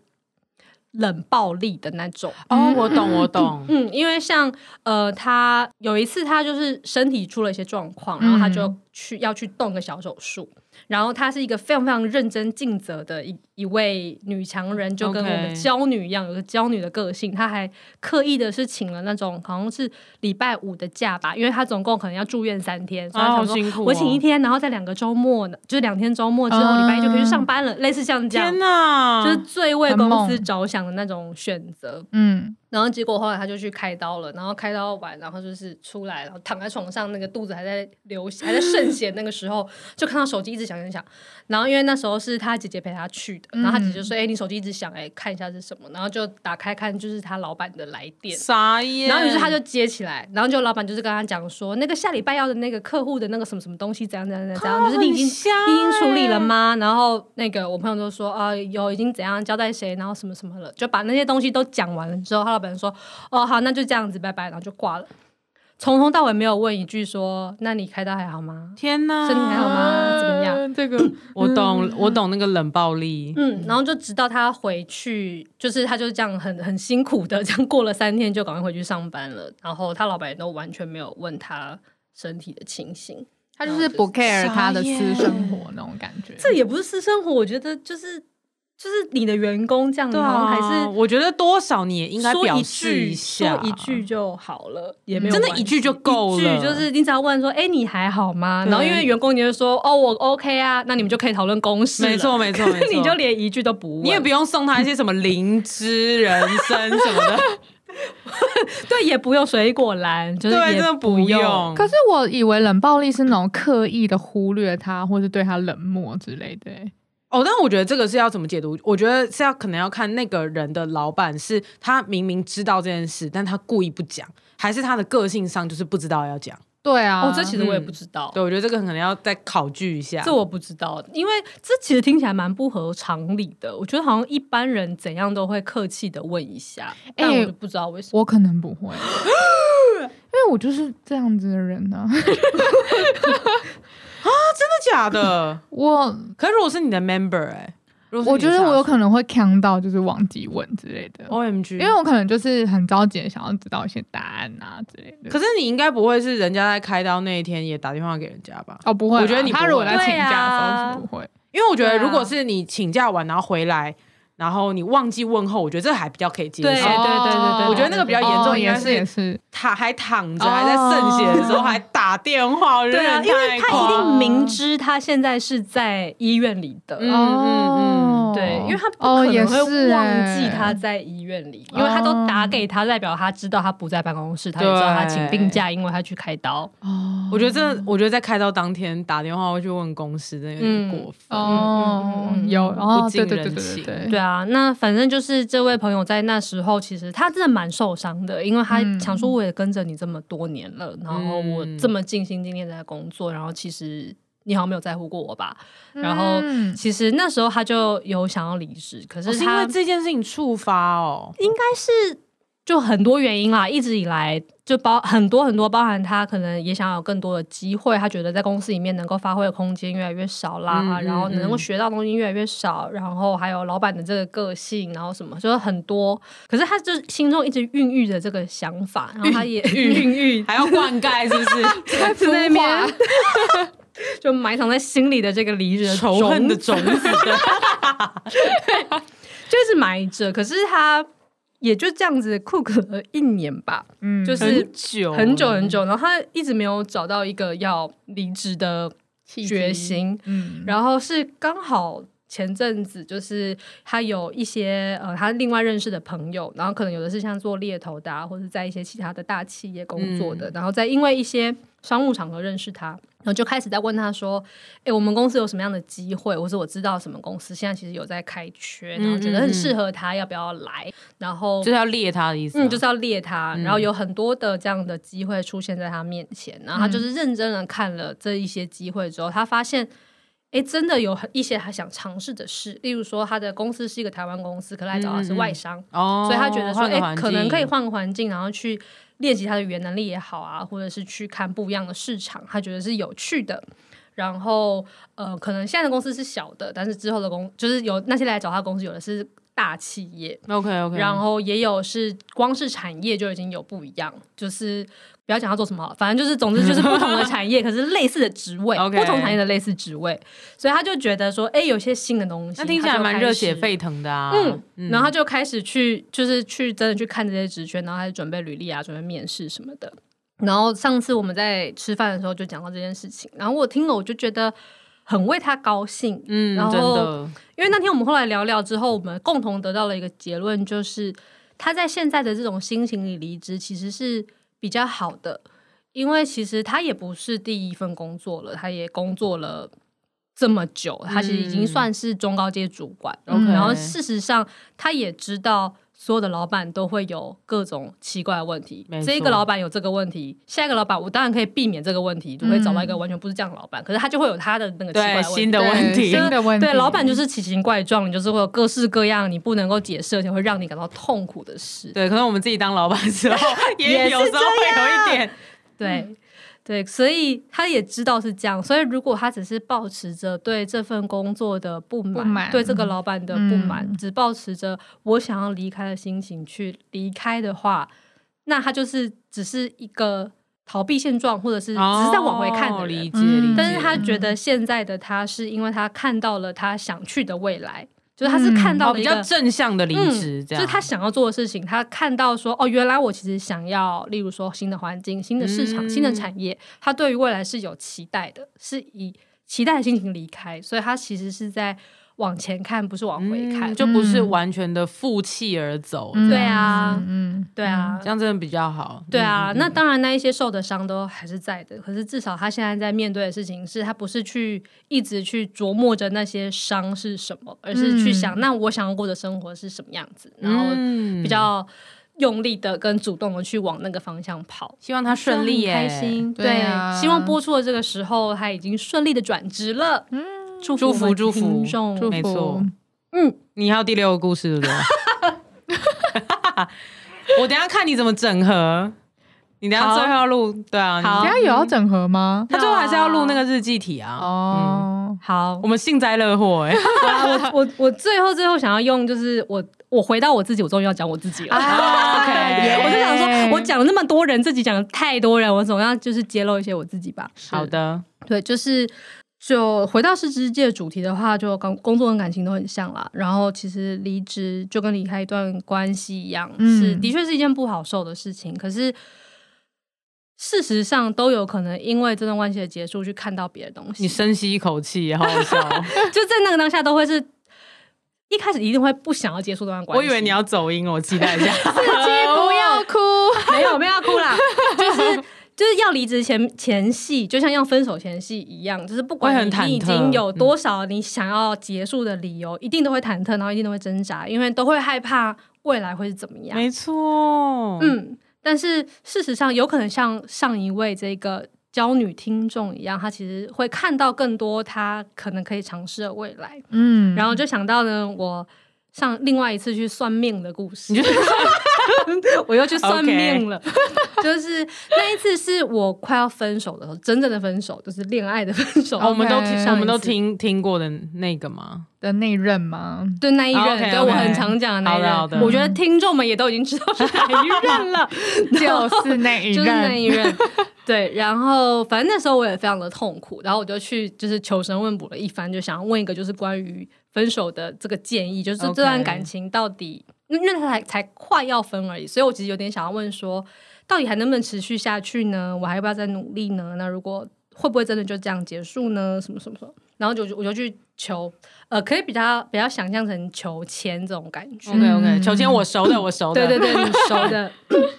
Speaker 4: 冷暴力的那种。
Speaker 2: 哦，我懂我懂，
Speaker 4: 嗯，因为像呃，他有一次他就是身体出了一些状况，然后他
Speaker 2: 嗯
Speaker 4: 就去、要去动个小手术。然后她是一个非常非常认真尽责的一一位女强人，就跟我们
Speaker 2: OK
Speaker 4: 娇女一样，有个娇女的个性。她还刻意的是请了那种好像是礼拜五的假吧，因为她总共可能要住院三天，所以她
Speaker 2: 啊，好
Speaker 4: 想说、
Speaker 2: 辛苦、哦，
Speaker 4: 我请一，天，然后在两个周末，就是两天周末之后，
Speaker 3: 嗯
Speaker 4: 礼拜一就可以去上班了，类似像这样
Speaker 2: 天，哪，
Speaker 4: 就是最为
Speaker 3: 很
Speaker 4: 公
Speaker 3: 猛
Speaker 4: 司着想的那种选择。
Speaker 3: 嗯
Speaker 4: 然后结果后来他就去开刀了，然后开刀完，然后就是出来，然后躺在床上，那个肚子还在流血，还在渗血。那个时候就看到手机一直响响响，然后因为那时候是他姐姐陪他去的，然后他姐姐就说：“哎、你手机一直响，哎、看一下是什么。”然后就打开看，就是他老板的来电。
Speaker 2: 傻眼，
Speaker 4: 然后于是他就接起来，然后就老板就是跟他讲说，那个下礼拜要的那个客户的那个什么什么东西怎样怎样怎样怎样，就是你已经
Speaker 2: 很瞎欸
Speaker 4: 你已经处理了吗？然后那个我朋友就说啊、有已经怎样交代谁，然后什么什么了，就把那些东西都讲完了之后，他老板说哦好，那就这样子，拜拜，然后就挂了，从头到尾没有问一句说那你开刀还好吗？
Speaker 2: 天哪，嗯
Speaker 4: 身体还好吗？怎么样？
Speaker 3: 嗯，这个
Speaker 2: 我懂，我懂那个冷暴力，
Speaker 4: 嗯，然后就直到他回去，就是他就是这样很很辛苦的，这样过了三天就赶快回去上班了。然后他老板也都完全没有问他身体的情形，
Speaker 3: 他就是不 care 他的私生活那种感觉，
Speaker 4: 这也不是私生活，我觉得就是就是你的员工这样，
Speaker 2: 对
Speaker 4: 然后
Speaker 2: 啊，
Speaker 4: 嗯还是
Speaker 2: 我觉得多少你也应该
Speaker 4: 说
Speaker 2: 表
Speaker 4: 一
Speaker 2: 示
Speaker 4: 句
Speaker 2: 下，啊
Speaker 4: 说一句就好了，也没有
Speaker 2: 真的
Speaker 4: 关
Speaker 2: 一句
Speaker 4: 系
Speaker 2: 就够
Speaker 4: 一
Speaker 2: 了
Speaker 4: 句就是你只要问说，哎，你还好吗？
Speaker 2: 对
Speaker 4: 然后因为员工你就说，哦，我 OK 啊，那你们就可以讨论公事了。
Speaker 2: 没错没 错没
Speaker 4: 可
Speaker 2: 错，
Speaker 4: 是你就连一句都不问，
Speaker 2: 你也不用送他一些什么灵芝、人参什么的，
Speaker 4: 对，也不用水果篮，就是
Speaker 2: 对，
Speaker 4: 也
Speaker 2: 真的不
Speaker 4: 用。哦
Speaker 2: 用。
Speaker 3: 可是我以为冷暴力是那种刻意的忽略他，或是对他冷漠之类的欸、
Speaker 2: 哦，但我觉得这个是要怎么解读？我觉得是要可能要看那个人的老板是他明明知道这件事，但他故意不讲，还是他的个性上就是不知道要讲。
Speaker 3: 对啊，
Speaker 4: 哦，这其实我也
Speaker 2: 嗯
Speaker 4: 不知道。
Speaker 2: 对，我觉得这个可能要再考据一下。
Speaker 4: 这我不知道，因为这其实听起来蛮不合常理的。我觉得好像一般人怎样都会客气的问一下，但
Speaker 2: 哎
Speaker 4: 我就不知道为什么。
Speaker 3: 我可能不会，因为我就是这样子的人呢、
Speaker 2: 真的假的？
Speaker 3: 我
Speaker 2: 可是如果是你的 member 哎、如果
Speaker 3: 我觉得我有可
Speaker 2: 能
Speaker 3: 能会呛到，就是忘记问之类的，
Speaker 2: O M G，
Speaker 3: 因为我可能就是很着急，想要知道一些答案啊之类的。
Speaker 2: 可是你应该不会是人家在开刀那一天也打电话给人家吧？
Speaker 3: 哦，不会啦，
Speaker 2: 我觉得你不
Speaker 3: 他如果
Speaker 2: 会
Speaker 3: 在请假的时
Speaker 4: 对啊
Speaker 3: 候是不会。
Speaker 2: 因为我觉得
Speaker 4: 对啊
Speaker 2: 如果是你请假完然后回来，然后你忘记问候，我觉得这还比较可以接
Speaker 4: 对
Speaker 2: 受。
Speaker 4: 对对对对，
Speaker 2: 哦我觉得那个比较严重
Speaker 3: 哦
Speaker 2: 应该
Speaker 3: 也
Speaker 2: 是
Speaker 3: 是也是，
Speaker 2: 他还躺着，还在渗血的时候还打电话，我觉得
Speaker 4: 对啊，
Speaker 2: 人
Speaker 4: 因为
Speaker 2: 太
Speaker 4: 他
Speaker 2: 夸
Speaker 4: 一
Speaker 2: 张
Speaker 4: 定明知他现在是在医院里的。
Speaker 2: 嗯嗯嗯
Speaker 4: 对，因为他不
Speaker 3: 哦
Speaker 4: 可
Speaker 3: 也
Speaker 4: 能会
Speaker 3: 是
Speaker 4: 忘记
Speaker 3: 欸
Speaker 4: 他在医院里，因为他都打给他，代表他知道他不在办公室，他也知道他请病假，因为他去开刀。
Speaker 3: 哦
Speaker 2: 我觉得这，我觉得在开刀当天打电话会去问公司，真的有点过分。
Speaker 4: 嗯
Speaker 3: 哦
Speaker 4: 嗯嗯嗯
Speaker 3: 有哦
Speaker 2: 不，近
Speaker 3: 对对
Speaker 2: 人
Speaker 3: 对对
Speaker 2: 情
Speaker 3: 对对
Speaker 4: 对啊，那反正就是这位朋友在那时候，其实他真的蛮受伤的，因为他
Speaker 3: 嗯
Speaker 4: 想说我也跟着你这么多年了，然后我这么尽心尽力地在工作，然后其实你好像没有在乎过我吧？然后
Speaker 3: 嗯
Speaker 4: 其实那时候他就有想要离职，可
Speaker 2: 哦
Speaker 4: 是
Speaker 2: 是因
Speaker 4: 他
Speaker 2: 为这件事情触发哦，
Speaker 4: 应该是就很多原因啦，一直以来就包很多很多，包含他可能也想要有更多的机会，他觉得在公司里面能够发挥的空间越来越少啦，
Speaker 2: 嗯嗯
Speaker 4: 然后能够
Speaker 2: 嗯
Speaker 4: 学到东西越来越少，然后还有老板的这个个性，然后什么就是很多，可是他就是心中一直孕育着这个想法，然后他也 孕育
Speaker 2: 还要灌溉是不是？
Speaker 4: 在那边 就埋藏在心里的这个离人
Speaker 2: 仇恨的种子，
Speaker 4: 就是埋着，可是他也就这样子酷克了一年吧，
Speaker 3: 嗯
Speaker 4: 就是
Speaker 2: 很久
Speaker 4: 很久很久，然后他一直没有找到一个要离职的决心，
Speaker 3: 嗯，
Speaker 4: 然后是刚好。前阵子就是他有一些呃，他另外认识的朋友，然后可能有的是像做猎头的、啊，或者在一些其他的大企业工作
Speaker 2: 嗯
Speaker 4: 的，然后再因为一些商务场合认识他，然后就开始在问他说：“哎、我们公司有什么样的机会？或者我知道什么公司现在其实有在开缺，然后觉得
Speaker 2: 嗯嗯
Speaker 4: 很
Speaker 2: 嗯
Speaker 4: 适合他，要不要来？”然后
Speaker 2: 就是要猎他的意思吗，
Speaker 4: 嗯，就是要猎他，
Speaker 2: 嗯
Speaker 4: 然后有很多的这样的机会出现在他面前，然
Speaker 2: 嗯
Speaker 4: 后他就是认真的看了这一些机会之后，他发现，哎，真的有很一些他想尝试的事，例如说他的公司是一个台湾公司，可来找他是外商，
Speaker 2: 哦，
Speaker 4: 所以他觉得说，
Speaker 2: 换个
Speaker 4: 哎、
Speaker 2: 环
Speaker 4: 可能
Speaker 2: 境
Speaker 4: 可以换个环境，然后去练习他的语言能力也好啊，或者是去看不一样的市场，他觉得是有趣的。然后，呃，可能现在的公司是小的，但是之后的公就是有那些来找他的公司，有的是大企业，
Speaker 2: OK OK，
Speaker 4: 然后也有是光是产业就已经有不一样，就是不要讲要做什么好了，反正就是总之就是不同的产 业，可是类似的职位
Speaker 2: OK
Speaker 4: 不同产业的类似职位，所以他就觉得说，哎，有些新的东西，
Speaker 2: 那听起来
Speaker 4: 他就
Speaker 2: 蛮
Speaker 4: 开始
Speaker 2: 热血沸。腾的啊，
Speaker 4: 嗯，然后他就开始去，就是去真的去看这些职缺，然后开始准备履历啊，准备面试什么的。然后上次我们在吃饭的时候就讲到这件事情，然后我听了我就觉得很为他高兴，
Speaker 2: 嗯，
Speaker 4: 然后
Speaker 2: 真的
Speaker 4: 因为那天我们后来聊聊之后，我们共同得到了一个结论，就是他在现在的这种心情里离职其实是比较好的，因为其实他也不是第一份工作了，他也工作了这么久，他其实已经算是中高阶主管。
Speaker 2: OK
Speaker 4: 嗯然后事实上，他也知道。所有的老板都会有各种奇怪的问题
Speaker 2: 没，错
Speaker 4: 这一个老板有这个问题，下一个老板我当然可以避免这个问题，就会找到一个完全不是这样的老板，可是他就会有他的那个奇
Speaker 2: 对
Speaker 4: 怪的问题
Speaker 2: 新的问
Speaker 3: 对
Speaker 2: 题
Speaker 3: 新，的问题，
Speaker 4: 对，老板就是奇形怪状，你就是会有各式各样你不能够解释，而且会让你感到痛苦的事。
Speaker 2: 对，可能我们自己当老板之后
Speaker 4: 也
Speaker 2: 也
Speaker 4: 是
Speaker 2: 有时候会有一点
Speaker 4: 对对，所以他也知道是这样，所以如果他只是抱持着对这份工作的不满，
Speaker 3: 不满
Speaker 4: 对这个老板的不满，
Speaker 3: 嗯
Speaker 4: 只抱持着我想要离开的心情去离开的话，那他就是只是一个逃避现状，或者是嗯只是在往回看
Speaker 2: 哦
Speaker 4: 的人。
Speaker 2: 理解
Speaker 3: 嗯
Speaker 2: 理解。
Speaker 4: 但是他觉得现在的他是因为他看到了他想去的未来，就是他是看到
Speaker 2: 哦，
Speaker 4: 了
Speaker 2: 比
Speaker 4: 一个、
Speaker 2: 较正向的离
Speaker 4: 嗯
Speaker 2: 职，这样
Speaker 4: 就是他想要做的事情，他看到说哦，原来我其实想要，例如说新的环境、新的市场、
Speaker 2: 嗯
Speaker 4: 新的产业，他对于未来是有期待的，是以期待的心情离开，所以他其实是在往前看，不是往回看。
Speaker 2: 嗯
Speaker 4: 就
Speaker 2: 就不是完全的负气而走，
Speaker 3: 嗯
Speaker 4: 对啊
Speaker 3: 嗯，
Speaker 4: 对啊
Speaker 2: 这，样真的比较好。
Speaker 4: 对啊，
Speaker 2: 嗯
Speaker 4: 那当然，那一些受的伤都还是在的。可是至少他现在在面对的事情是，他不是去一直去琢磨着那些伤是什么，而是去想，那我想要过的生活是什么样子，然后
Speaker 2: 嗯
Speaker 4: 比较用力的跟主动的去往那个方向跑。
Speaker 2: 希望他顺利耶，
Speaker 4: 很开心，
Speaker 3: 对啊
Speaker 4: 希望播出的这个时候他已经顺利的转职了。嗯，祝
Speaker 2: 祝福
Speaker 4: 福
Speaker 2: 祝福
Speaker 4: 听众
Speaker 3: 祝
Speaker 2: 没
Speaker 3: 福
Speaker 2: 错。嗯，你还有第六个故事对不对？ 我等一下看你怎么整合。你等一下
Speaker 4: 好
Speaker 2: 最后要录对啊，你
Speaker 4: 好
Speaker 3: 等一下有要整合吗？
Speaker 2: 他最后还是要录那个日记体啊。哦，
Speaker 3: 哦，
Speaker 4: 好
Speaker 2: 我，们幸灾乐祸 哎，
Speaker 4: 好啦我我我最后最后想要用就是我我回到我自己，我终于要讲我自己了。
Speaker 2: 啊
Speaker 4: 啊
Speaker 2: OK
Speaker 4: 我就想
Speaker 3: 耶
Speaker 4: 说，我讲了那么多人，自己讲了太多人，我总要就是揭露一些我自己吧。
Speaker 2: 好的，
Speaker 4: 对，就是就回到失职界的主题的话，就工工作跟感情都很像啦。然后其实离职就跟离开一段关系一样，
Speaker 3: 嗯
Speaker 4: 是的确是一件不好受的事情。可是事实上都有可能因为这段关系的结束去看到别的东西。
Speaker 2: 你深吸一口气，好好笑 哦。
Speaker 4: 就在那个当下都会是。一开始一定会不想要结束这段关
Speaker 2: 我
Speaker 4: 系，
Speaker 2: 以为你要走音，我期 待一下。
Speaker 3: 不要哭，
Speaker 4: 没有没有要哭啦，就是就是要离职前前戏，就像要分手前戏一样，就是不
Speaker 2: 会
Speaker 4: 管
Speaker 2: 很忐忑
Speaker 4: 你已经有多少你想要结束的理由，一定都会忐忑，然后一定都会挣扎，因为都会害怕未来会是怎么样。
Speaker 2: 没错，
Speaker 4: 嗯，但是事实上，有可能像上一位这个娇女听众一样，她其实会看到更多她可能可以尝试的未来，
Speaker 3: 嗯，
Speaker 4: 然后就想到呢，我上另外一次去算命的故事。
Speaker 2: 你就
Speaker 4: 我又去 算
Speaker 2: OK
Speaker 4: 命了。 就是那一次是我快要分手的时候，真正的分手，就是恋爱的分手。
Speaker 2: 哦我们都
Speaker 3: OK
Speaker 2: 听，我们都听听过的那个吗？
Speaker 3: 的内任吗？
Speaker 4: 对那一任，
Speaker 2: OK，
Speaker 4: 对
Speaker 2: OK
Speaker 4: 我很常讲的那一任，
Speaker 2: 好的好的
Speaker 4: 我觉得听众 们也都已经知道是哪一任了，
Speaker 3: 就是那一
Speaker 4: 就是那
Speaker 3: 任，
Speaker 4: 一 任。对，然后反正那时候我也非常的痛苦，然后我就去就是求神问卜了一番，就想要问一个就是关于分手的这个建议，就是
Speaker 2: OK
Speaker 4: 这段感情到底因为因为他才才快要分而已，所以我其实有点想要问说，到底还能不能持续下去呢？我还要不要再努力呢？那如果会不会真的就这样结束呢？什么什么什么？然后就我就去求，呃，可以比较比较想象成求签这种感觉。
Speaker 2: OK OK，求签我熟的，我熟的，
Speaker 4: 嗯 对对对，你熟的。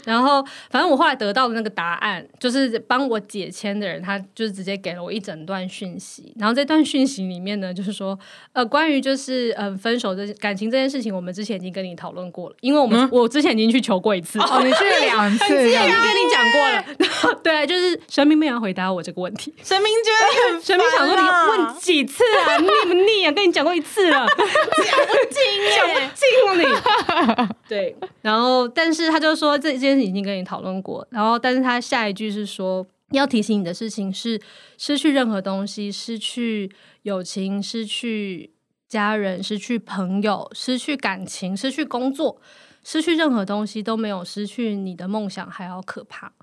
Speaker 4: 然后，反正我后来得到的那个答案，就是帮我解签的人，他就是直接给了我一整段讯息。然后这段讯息里面呢，就是说，呃，关于就是嗯、呃分手这感情这件事情，我们之前已经跟你讨论过了，因为我
Speaker 2: 嗯
Speaker 4: 们、
Speaker 2: 啊
Speaker 4: 我之前已经去求过一次，
Speaker 3: 哦，你去了两次，
Speaker 4: 已经跟你讲过了。 然后对，就是神明没有要回答我这个问题。
Speaker 2: 神明觉得你很
Speaker 4: 神明想说
Speaker 2: 烦啊
Speaker 4: 你问几次啊？腻不腻啊？跟你讲过一次了，讲不尽，讲不尽你。 对，然后但是他就说这件事已经跟你讨论过，然后但是他下一句是说。要提醒你的事情是，失去任何东西，失去友情，失去家人，失去朋友，失去感情，失去工作，失去任何东西都没有失去你的梦想还要可怕。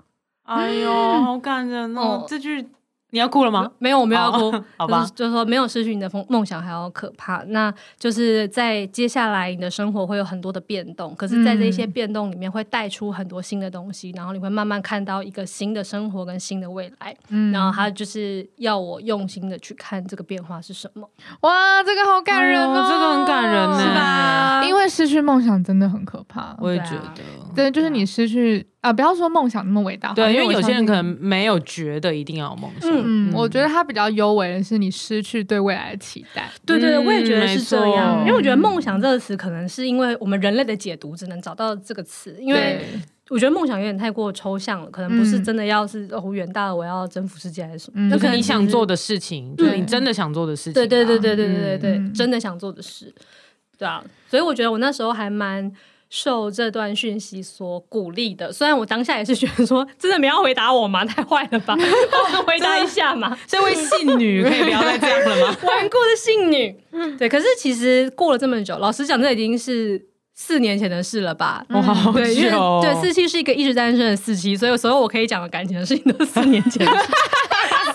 Speaker 2: 哎呦，好感人哦
Speaker 4: 哦！
Speaker 2: 这句你要哭了 吗？
Speaker 4: 没有，我没有要哭，
Speaker 2: 哦好吧
Speaker 4: 就是就是说没有失去你的梦梦想还要可怕。那就是在接下来你的生活会有很多的变动，可是，在这些变动里面会带出很多新的东
Speaker 2: 嗯
Speaker 4: 西，然后你会慢慢看到一个新的生活跟新的未来。
Speaker 3: 嗯
Speaker 4: 然后他就是要我用心的去看这个变化是什么，
Speaker 3: 哇，这个好感人
Speaker 2: 哎
Speaker 3: 哦
Speaker 2: 呦，这个很感人呢，
Speaker 3: 是吧？
Speaker 2: 嗯
Speaker 3: 因为失去梦想真的很可怕，
Speaker 2: 我也
Speaker 4: 对啊啊
Speaker 2: 觉得，
Speaker 3: 对，就是你失去啊，不要说梦想那么伟大，
Speaker 2: 对，因为有些人可
Speaker 3: 能。
Speaker 2: 能没有觉得一定要有梦想，
Speaker 4: 嗯
Speaker 3: 嗯，
Speaker 2: 嗯
Speaker 3: 我觉得他比较优为的是你失去对未来的期 待。
Speaker 4: 对对，我也觉得是这样，
Speaker 2: 嗯没错
Speaker 4: 因为我觉得“梦想”这个词，可能是因为我们人类的解读只能找到这个词，因为
Speaker 3: 对
Speaker 4: 我觉得梦想有点太过抽象了，可能不是真的要是、哦远大的我要征服世界还是什么，
Speaker 3: 嗯
Speaker 4: 就
Speaker 2: 就
Speaker 4: 可
Speaker 2: 是
Speaker 4: 能
Speaker 2: 你
Speaker 4: 只
Speaker 2: 想做的事情，就是你真的想做的事情吧。
Speaker 4: 对对对对对对对对，
Speaker 3: 嗯
Speaker 4: 真的想做的事，对啊，所以我觉得我那时候还蛮受这段讯息所鼓励的。虽然我当下也是觉得说，真的没有要回答我吗？太坏了吧，帮我回答一下嘛。？
Speaker 2: 这位信女可以不要再这样了吗
Speaker 4: 顽固的性女，对。可是其实过了这么久，老实讲，这已经是四年前的事了吧？
Speaker 2: 我好久
Speaker 4: 对，因为
Speaker 2: 哦，
Speaker 4: 对四七是一个一直单身的四七，所以所有我可以讲的感情的事情都是四年前的事。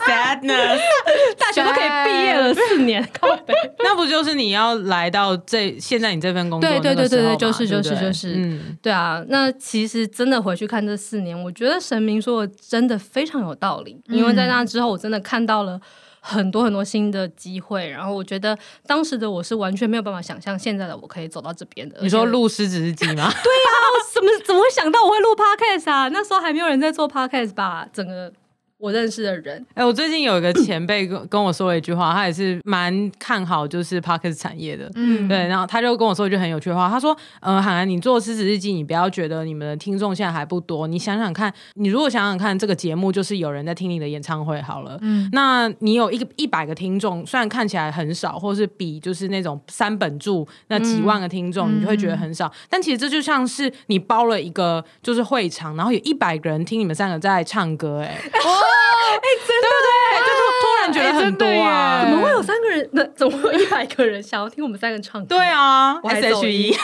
Speaker 2: sadness，
Speaker 4: 大学都可以毕业 了四年，靠北。
Speaker 2: 那不就是你要来到这现在你这份工作
Speaker 4: 对对
Speaker 2: 那个时候
Speaker 4: 对对对
Speaker 2: 嘛
Speaker 4: 就
Speaker 2: 对
Speaker 4: 是
Speaker 2: 不
Speaker 4: 就是
Speaker 2: 对
Speaker 4: 就是
Speaker 2: 嗯，
Speaker 4: 对啊，那其实真的回去看这四年，我觉得神明说的真的非常有道理，因为在那之后，我真的看到了很多很多新的机会，然后我觉得当时的我是完全没有办法想象现在的我可以走到这边的。
Speaker 2: 你说
Speaker 4: 而且啊
Speaker 2: 录狮子日记吗？
Speaker 4: 怎么怎么会想到我会录 podcast 啊？那时候还没有人在做 podcast 吧？整个我认识的人，
Speaker 2: 哎、我最近有一个前辈跟跟我说了一句话，他也是蛮看好就是 p o c k e t 产业的。
Speaker 5: 嗯，
Speaker 2: 对，然后他就跟我说一句很有趣的话，他说：“呃，韩寒，你做《狮子日记》，你不要觉得你们的听众现在还不多，你想想看，你如果想想看，这个节目就是有人在听你的演唱会好了，
Speaker 5: 嗯
Speaker 2: 那你有一个一百个听众，虽然看起来很少，或是比就是那种三本柱那几万个听众，你就会觉得很少。但其实这就像是你包了一个就是会场，然后有一百个人听你们三个在唱歌、哎，哦，哎、真的，对不对？就突突然觉得很多啊，
Speaker 3: 哎
Speaker 4: 怎么会有三个人？那怎么会有一百个人想要听我们三个人唱歌？
Speaker 2: 对，啊
Speaker 4: 我还走
Speaker 2: ，S H E，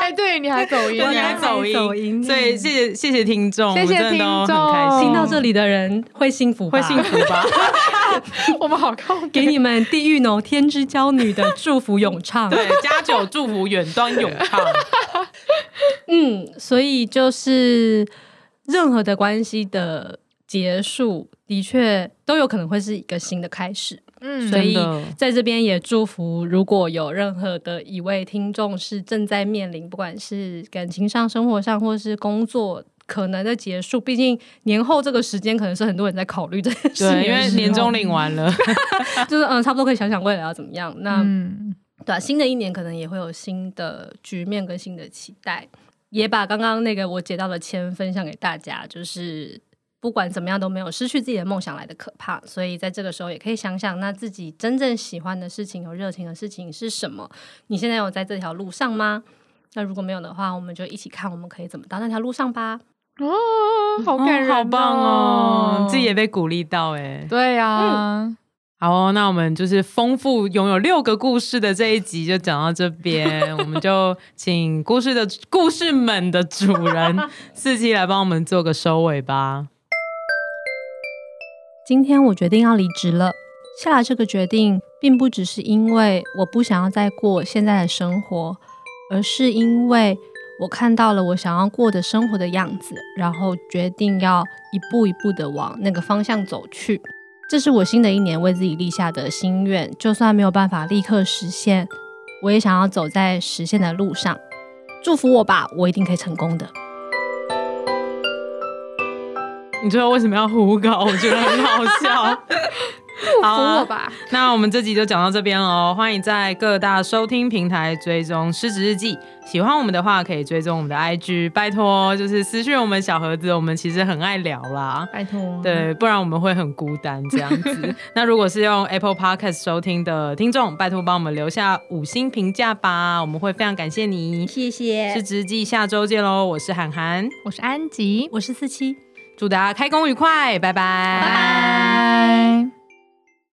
Speaker 3: 哎，对你还走音，
Speaker 2: 对，你还走音，所以谢谢谢谢听众，
Speaker 3: 谢谢
Speaker 2: 我真的都
Speaker 3: 听众
Speaker 2: 很开心，
Speaker 4: 听到这里的人会幸福吧，
Speaker 2: 会幸福吧？
Speaker 3: 我们好靠
Speaker 4: 给你们地狱农天之娇女的祝福咏 唱。
Speaker 2: 对，加九祝福远端永唱，
Speaker 4: 嗯，所以就是任何的关系的结束，的确都有可能会是一个新的开始。
Speaker 3: 嗯
Speaker 4: 所以
Speaker 2: 真的
Speaker 4: 在这边也祝福，如果有任何的一位听众是正在面临，不管是感情上、生活上，或是工作。可能的结束，毕竟年后这个时间可能是很多人在考虑这件事情的时候，
Speaker 2: 对，因
Speaker 3: 哦
Speaker 2: 为年终领完了。
Speaker 4: 就是嗯，差不多可以想想未来要怎么样。那、
Speaker 3: 嗯，
Speaker 4: 对、啊，新的一年可能也会有新的局面跟新的期待，也把刚刚那个我解到的签分享给大家，就是不管怎么样都没有失去自己的梦想来的可怕，所以在这个时候也可以想想，那自己真正喜欢的事情、有热情的事情是什么？你现在有在这条路上吗？那如果没有的话，我们就一起看我们可以怎么到那条路上吧。
Speaker 3: 哦，好感人、
Speaker 2: 好棒哦！自己也被鼓励到哎、
Speaker 3: 对啊呀，
Speaker 2: 好哦，那我们就是丰富拥有六个故事的这一集就讲到这边，我们就请故事的故事们的主人 四七来帮我们做个收尾吧。
Speaker 4: 今天我决定要离职了。下来这个决定，并不只是因为我不想要再过现在的生活，而是因为我看到了我想要过的生活的样子，然后决定要一步一步的往那个方向走去。这是我新的一年为自己立下的心愿，就算没有办法立刻实现，我也想要走在实现的路上。祝福我吧，我一定可以成功的。
Speaker 2: 你最后为什么要胡搞？我觉得很好 笑。
Speaker 3: 祝福
Speaker 2: 好啊
Speaker 3: 我吧，
Speaker 2: 那我们这集就讲到这边喽，欢迎在各大收听平台追踪《失职日记》，喜欢我们的话可以追踪我们的 IG，拜托就是私讯我们小盒子，我们其实很爱聊啦。
Speaker 3: 拜托，，
Speaker 2: 对，不然我们会很孤单这样 子。那如果是用 Apple Podcast 收听的听众，拜托帮我们留下五星评价吧，我们会非常感谢你。
Speaker 4: 谢谢
Speaker 2: 是直记，下周见喽！我是涵涵，
Speaker 3: 我是安吉，
Speaker 4: 我是四七。
Speaker 2: 祝大家开工愉快，拜拜
Speaker 3: 拜。